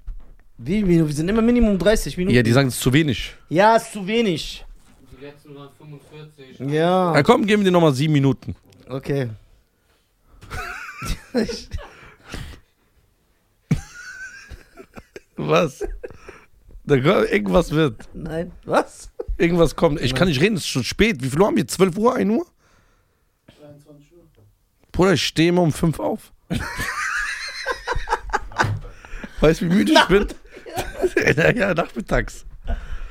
Speaker 2: Wie Minuten? Wir sind immer Minimum 30 Minuten.
Speaker 1: Ja, die sagen, es ist zu wenig.
Speaker 2: ja, ist zu wenig.
Speaker 4: Die letzten waren 45.
Speaker 1: Na
Speaker 2: Ja.
Speaker 1: komm, geben wir nochmal sieben Minuten.
Speaker 2: Okay.
Speaker 1: Was? Da, ko- irgendwas wird.
Speaker 2: Nein. Was?
Speaker 1: Irgendwas kommt. Ich kann nicht reden, es ist schon spät. Wie viel Uhr haben wir? 12 Uhr, 1 Uhr?
Speaker 3: 23 Uhr.
Speaker 1: Bruder, ich stehe immer um 5
Speaker 2: [LAUGHS]
Speaker 1: auf. weißt du, wie müde ich bin? [LAUGHS] ja, ja, nachmittags.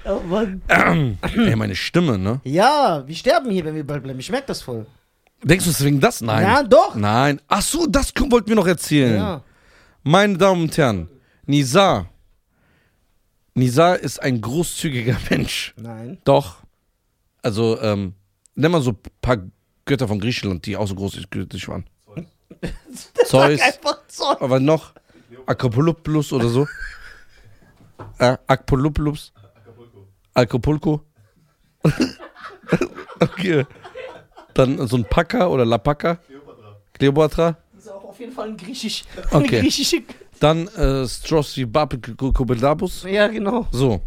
Speaker 2: Oh Mann.
Speaker 1: Ey, meine Stimme, ne?
Speaker 2: Ja, wir sterben hier, wenn wir bald bleiben. Ich merke das voll.
Speaker 1: Denkst du deswegen das? Nein.
Speaker 2: Ja, doch.
Speaker 1: Nein. Ach so, das k- wollten wir noch erzählen.
Speaker 2: Ja.
Speaker 1: Meine Damen und Herren, Nisa. Nisa ist ein großzügiger [LAUGHS] Mensch.
Speaker 2: Nein.
Speaker 1: Doch. Also, ähm, nenn mal so ein paar Götter von Griechenland, die auch so großzügig waren. [LAUGHS] Zeus.
Speaker 2: Einfach Zeug.
Speaker 1: Aber noch Acapulopoulos oder so. Äh, Acapulopoulos.
Speaker 5: Acapulco.
Speaker 1: Acapulco. [LAUGHS] okay. Dann so ein Paka oder Lapaka.
Speaker 5: Kleopatra.
Speaker 1: Cleopatra.
Speaker 2: Das ist auch auf jeden Fall ein griechisch. [LAUGHS] Eine
Speaker 1: Okay.
Speaker 2: griechische.
Speaker 1: Dann äh, Strossi Babelkobelabus.
Speaker 2: Ja, genau.
Speaker 1: So.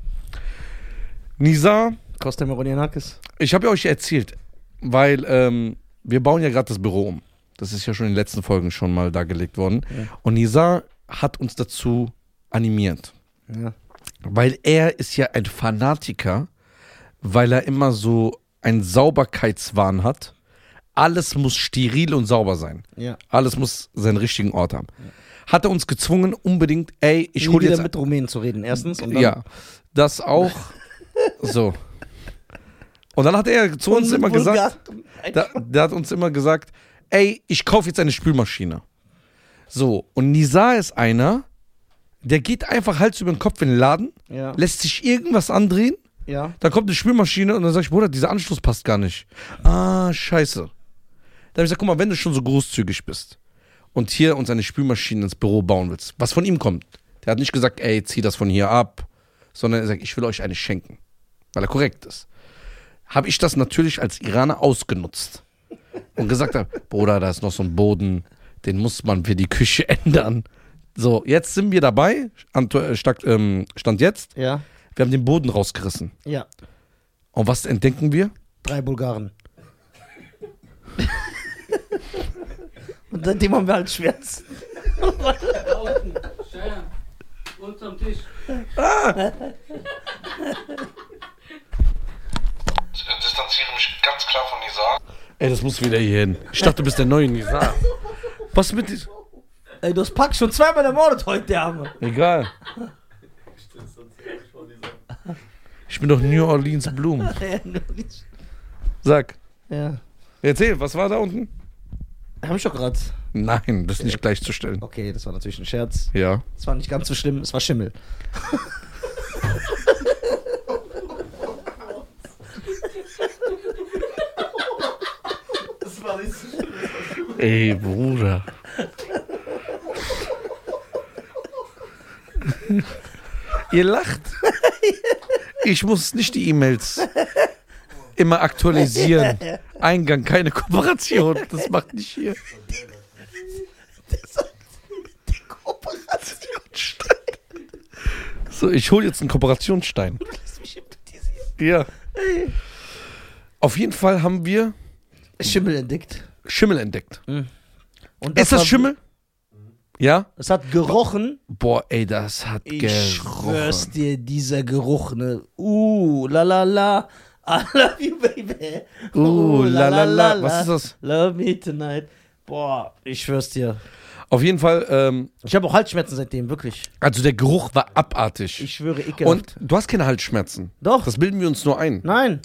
Speaker 1: Nisa,
Speaker 2: Costa Maronianakis.
Speaker 1: ich habe ja euch erzählt, weil ähm, wir bauen ja gerade das Büro um. Das ist ja schon in den letzten Folgen schon mal dargelegt worden. Und Nisa hat uns dazu animiert.
Speaker 2: Ja.
Speaker 1: Weil er ist ja ein Fanatiker, weil er immer so einen Sauberkeitswahn hat. Alles muss steril und sauber sein.
Speaker 2: ja.
Speaker 1: Alles muss seinen richtigen Ort haben. Hat er uns gezwungen, unbedingt, ey, ich
Speaker 2: Nie
Speaker 1: hole
Speaker 2: wieder
Speaker 1: jetzt.
Speaker 2: mit Rumänen zu reden, erstens. Und dann
Speaker 1: Ja, das
Speaker 2: [LAUGHS]
Speaker 1: auch. so. Und dann hat er zu uns
Speaker 2: Und
Speaker 1: immer
Speaker 2: Bulgaren-
Speaker 1: gesagt, da, der hat uns immer gesagt, ey, ich kaufe jetzt eine Spülmaschine. So, und Nisa ist einer, der geht einfach Hals über den Kopf in den Laden,
Speaker 2: Ja.
Speaker 1: lässt sich irgendwas andrehen,
Speaker 2: ja.
Speaker 1: dann kommt eine Spülmaschine und dann sag ich, Bruder, dieser Anschluss passt gar nicht. Ah, scheiße. Dann hab ich gesagt, guck mal, wenn du schon so großzügig bist und hier uns eine Spülmaschine ins Büro bauen willst, was von ihm kommt. Der hat nicht gesagt, ey, zieh das von hier ab, sondern er sagt, ich will euch eine schenken, weil er korrekt ist. Habe ich das natürlich als Iraner ausgenutzt und gesagt habe, Bruder, da ist noch so ein Boden, den muss man für die Küche [LAUGHS] ändern. So, jetzt sind wir dabei, Anto- äh, Stand ähm, Stand jetzt,
Speaker 2: Ja.
Speaker 1: wir haben den Boden rausgerissen.
Speaker 2: Ja.
Speaker 1: Und was entdecken wir?
Speaker 2: Drei Bulgaren. und seitdem haben wir halt Schmerz.
Speaker 4: Da unten, Scheiern, unterm Tisch.
Speaker 6: Ich distanziere mich ganz klar von Nizar.
Speaker 1: Ey, das muss wieder hier hin. Ich dachte, du bist der neue Nisa. Was mit dies-
Speaker 2: Ey, du hast Pack schon zweimal ermordet heute, der Arme. [LAUGHS]
Speaker 1: Egal. Ich bin doch New Orleans Bloom. Sag,
Speaker 2: ja.
Speaker 1: erzähl, was war da unten?
Speaker 2: Hab ich doch gerade.
Speaker 1: Nein, das ist nicht gleichzustellen.
Speaker 2: Okay, das war natürlich ein Scherz.
Speaker 1: Ja.
Speaker 2: Es war nicht ganz so schlimm, es war Schimmel.
Speaker 5: Das war nicht so schlimm.
Speaker 1: Ey, Bruder. Ihr lacht. [LAUGHS] Ich muss nicht die E-Mails immer aktualisieren. Eingang, keine Kooperation. Das macht nicht hier. Kooperation statt. So, ich hole jetzt einen Kooperationsstein.
Speaker 2: Lass mich hypnotisieren.
Speaker 1: Ja. Auf jeden Fall haben wir
Speaker 2: Schimmel entdeckt.
Speaker 1: Schimmel entdeckt.
Speaker 2: Und
Speaker 1: Ist das
Speaker 2: war-
Speaker 1: Schimmel? Ja?
Speaker 2: Es hat gerochen.
Speaker 1: Boah, ey, das hat
Speaker 2: Ich schwör's
Speaker 1: gerochen.
Speaker 2: dir, dieser Geruch, ne? Uh, la la la. [LAUGHS] I love you, baby.
Speaker 1: Uh, la, la, la. Was ist das?
Speaker 2: Love me tonight. Boah, ich schwör's dir.
Speaker 1: Auf jeden Fall, ähm,
Speaker 2: Ich habe auch Halsschmerzen seitdem, wirklich.
Speaker 1: also der Geruch war abartig.
Speaker 2: Ich schwöre,
Speaker 1: und
Speaker 2: ekelhaft.
Speaker 1: du hast keine Halsschmerzen.
Speaker 2: Doch.
Speaker 1: Das bilden wir uns nur ein.
Speaker 2: Nein.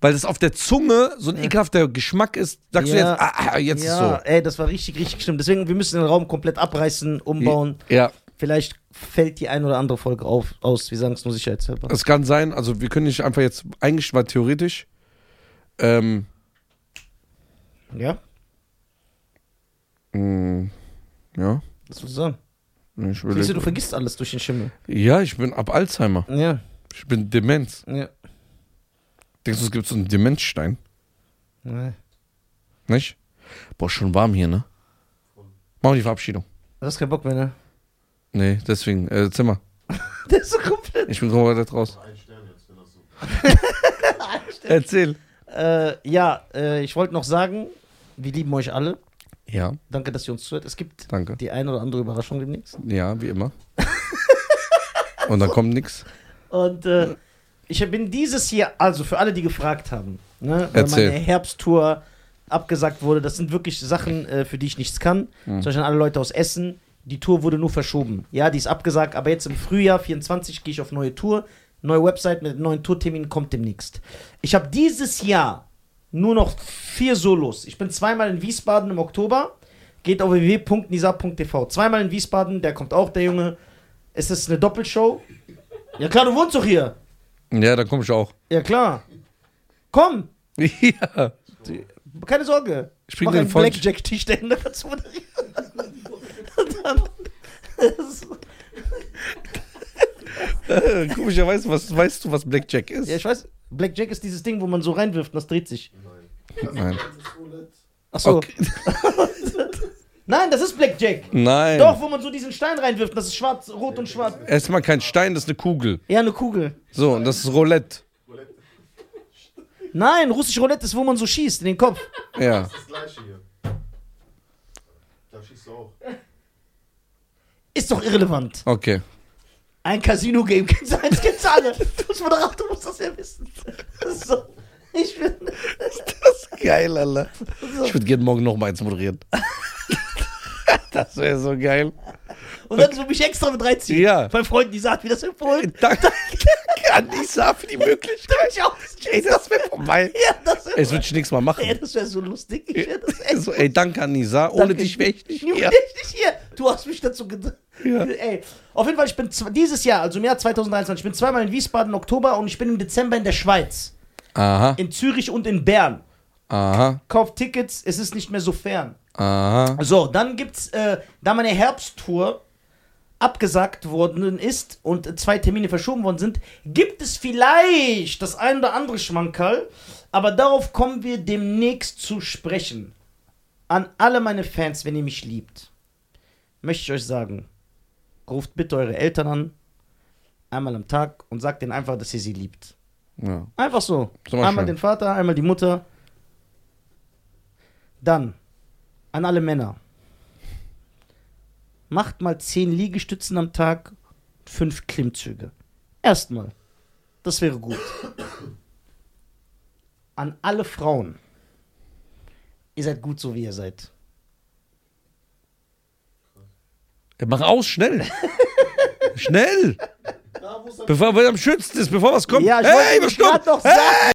Speaker 1: Weil das auf der Zunge so ein ekelhafter Geschmack ist. Sagst du
Speaker 2: Ja.
Speaker 1: jetzt, ah, ah, jetzt
Speaker 2: ja,
Speaker 1: ist
Speaker 2: ey, das war richtig, richtig schlimm. Deswegen, wir müssen den Raum komplett abreißen,
Speaker 1: so.
Speaker 2: umbauen.
Speaker 1: Ja,
Speaker 2: Vielleicht fällt die ein oder andere Folge auf, aus. Wir sagen es nur sicherheitshalber.
Speaker 1: es kann sein. Also wir können nicht einfach jetzt, eigentlich war theoretisch, ähm,
Speaker 2: Ja,
Speaker 1: mh, mm, ja,
Speaker 2: das willst du sagen.
Speaker 1: ich
Speaker 2: Siehst du, du
Speaker 1: will.
Speaker 2: vergisst alles durch den Schimmel.
Speaker 1: Ja, ich bin ab Alzheimer.
Speaker 2: Ja,
Speaker 1: Ich bin Demenz.
Speaker 2: ja.
Speaker 1: Denkst du, es gibt so einen Demenzstein?
Speaker 2: Nee.
Speaker 1: Nicht? Boah, schon warm hier, ne? Machen wir die Verabschiedung.
Speaker 2: Du hast keinen Bock
Speaker 1: [LAUGHS]
Speaker 2: mehr, ne?
Speaker 1: Nee, deswegen, äh, Zimmer.
Speaker 2: Der ist so komplett.
Speaker 1: Ich bin komplett raus.
Speaker 5: Ein Stern jetzt, wenn das
Speaker 2: [LAUGHS]
Speaker 5: so.
Speaker 1: Erzähl.
Speaker 2: Äh, ja, äh, ich wollte noch sagen, wir lieben euch alle.
Speaker 1: Ja,
Speaker 2: Danke, dass ihr uns zuhört. Es gibt
Speaker 1: danke.
Speaker 2: die ein oder andere Überraschung demnächst.
Speaker 1: Ja, wie immer. Und dann kommt nix.
Speaker 2: Und äh, ich bin dieses Jahr, also für alle, die gefragt haben, ne, weil
Speaker 1: Erzähl.
Speaker 2: meine Herbsttour abgesagt wurde, das sind wirklich Sachen, äh, für die ich nichts kann. Zum Beispiel an alle Leute aus Essen. Die Tour wurde nur verschoben. Ja, die ist abgesagt, aber jetzt im Frühjahr 24 gehe ich auf neue Tour. Neue Website mit neuen Tourterminen kommt demnächst. Ich habe dieses Jahr nur noch vier Solos. Ich bin zweimal in Wiesbaden im Oktober. Geht auf www.nisa.tv. Zweimal in Wiesbaden, der kommt auch, der Junge. Es ist eine Doppelshow. Ja klar, du wohnst doch hier.
Speaker 1: Ja, dann komm ich auch. [LAUGHS]
Speaker 2: Ja klar. Komm,
Speaker 1: Ja.
Speaker 2: keine Sorge.
Speaker 1: Ich bring
Speaker 2: mach
Speaker 1: dir
Speaker 2: einen
Speaker 1: einen Freund-
Speaker 2: Blackjack-Tisch dahinter dazu. Und dann,
Speaker 1: Äh, [LAUGHS] Komischerweise, was weißt du, was Blackjack ist?
Speaker 2: ja, ich weiß, Blackjack ist dieses Ding, wo man so reinwirft und das dreht sich.
Speaker 5: Nein.
Speaker 1: Nein.
Speaker 3: Das Roulette.
Speaker 2: Achso.
Speaker 1: Okay.
Speaker 2: Nein, das ist Blackjack.
Speaker 1: Nein.
Speaker 2: Doch, wo man so diesen Stein reinwirft, das ist schwarz, rot und schwarz.
Speaker 1: Erstmal kein Stein, das ist eine Kugel.
Speaker 2: Ja, eine Kugel.
Speaker 1: So, und das ist Roulette.
Speaker 2: Nein, russisch Roulette ist, wo man so schießt, in den Kopf.
Speaker 1: Ja.
Speaker 5: Das gleiche hier. Da schießt du auch.
Speaker 2: Ist doch irrelevant.
Speaker 1: Okay.
Speaker 2: Ein Casino-Game gibt's [LAUGHS] eins, gibt's alle. Du bist Moderator, musst das ja wissen. So. Ich bin.
Speaker 1: Das ist geil, Alter. Ich würde gerne morgen noch mal eins
Speaker 2: [LAUGHS]
Speaker 1: moderieren. Das wäre so geil.
Speaker 2: Und dann so mich extra mit reinziehen.
Speaker 1: Ja.
Speaker 2: Bei Freunden, die sagt, wie das empfohlen.
Speaker 1: Danke an Lisa für die Möglichkeit.
Speaker 2: Ich auch.
Speaker 1: Ey, das wäre vorbei.
Speaker 2: Ja,
Speaker 1: Es
Speaker 2: das wäre
Speaker 1: würde ich nächstes Mal machen.
Speaker 2: das wär so lustig. Ich wär das echt
Speaker 1: So, ey, danke an Nisa. Ohne
Speaker 2: Danke.
Speaker 1: dich wäre ich nicht
Speaker 2: Nur
Speaker 1: hier.
Speaker 2: dich [LAUGHS] nicht hier. Du hast mich dazu gedacht.
Speaker 1: Ja.
Speaker 2: [LAUGHS] Ey, auf jeden Fall, ich bin zw- dieses Jahr, also im Jahr 2023, ich bin zweimal in Wiesbaden im Oktober und ich bin im Dezember in der Schweiz.
Speaker 1: Aha,
Speaker 2: In Zürich und in Bern.
Speaker 1: aha,
Speaker 2: Kauft Tickets, es ist nicht mehr so fern.
Speaker 1: aha.
Speaker 2: So, dann gibt's, äh, da meine Herbsttour abgesagt worden ist und zwei Termine verschoben worden sind, gibt es vielleicht das ein oder andere Schmankerl, aber darauf kommen wir demnächst zu sprechen. An alle meine Fans, wenn ihr mich liebt, möchte ich euch sagen, ruft bitte eure Eltern an, einmal am Tag und sagt denen einfach, dass ihr sie liebt.
Speaker 1: Ja.
Speaker 2: Einfach so.
Speaker 1: Ist immer
Speaker 2: Einmal
Speaker 1: schön.
Speaker 2: den Vater, einmal die Mutter. Dann an alle Männer. Macht mal 10 Liegestützen am Tag, 5 Klimmzüge. Erstmal. Das wäre gut. An alle Frauen. Ihr seid gut so, wie ihr seid.
Speaker 1: Mach aus,
Speaker 2: [LAUGHS]
Speaker 1: schnell. schnell.
Speaker 3: Da, wo es am
Speaker 1: Bevor wir am schönsten ist, bevor was kommt.
Speaker 2: Ja, ich wollte
Speaker 1: hey,
Speaker 2: nämlich
Speaker 1: was kommt?
Speaker 2: grad noch
Speaker 1: hey!
Speaker 2: sagen.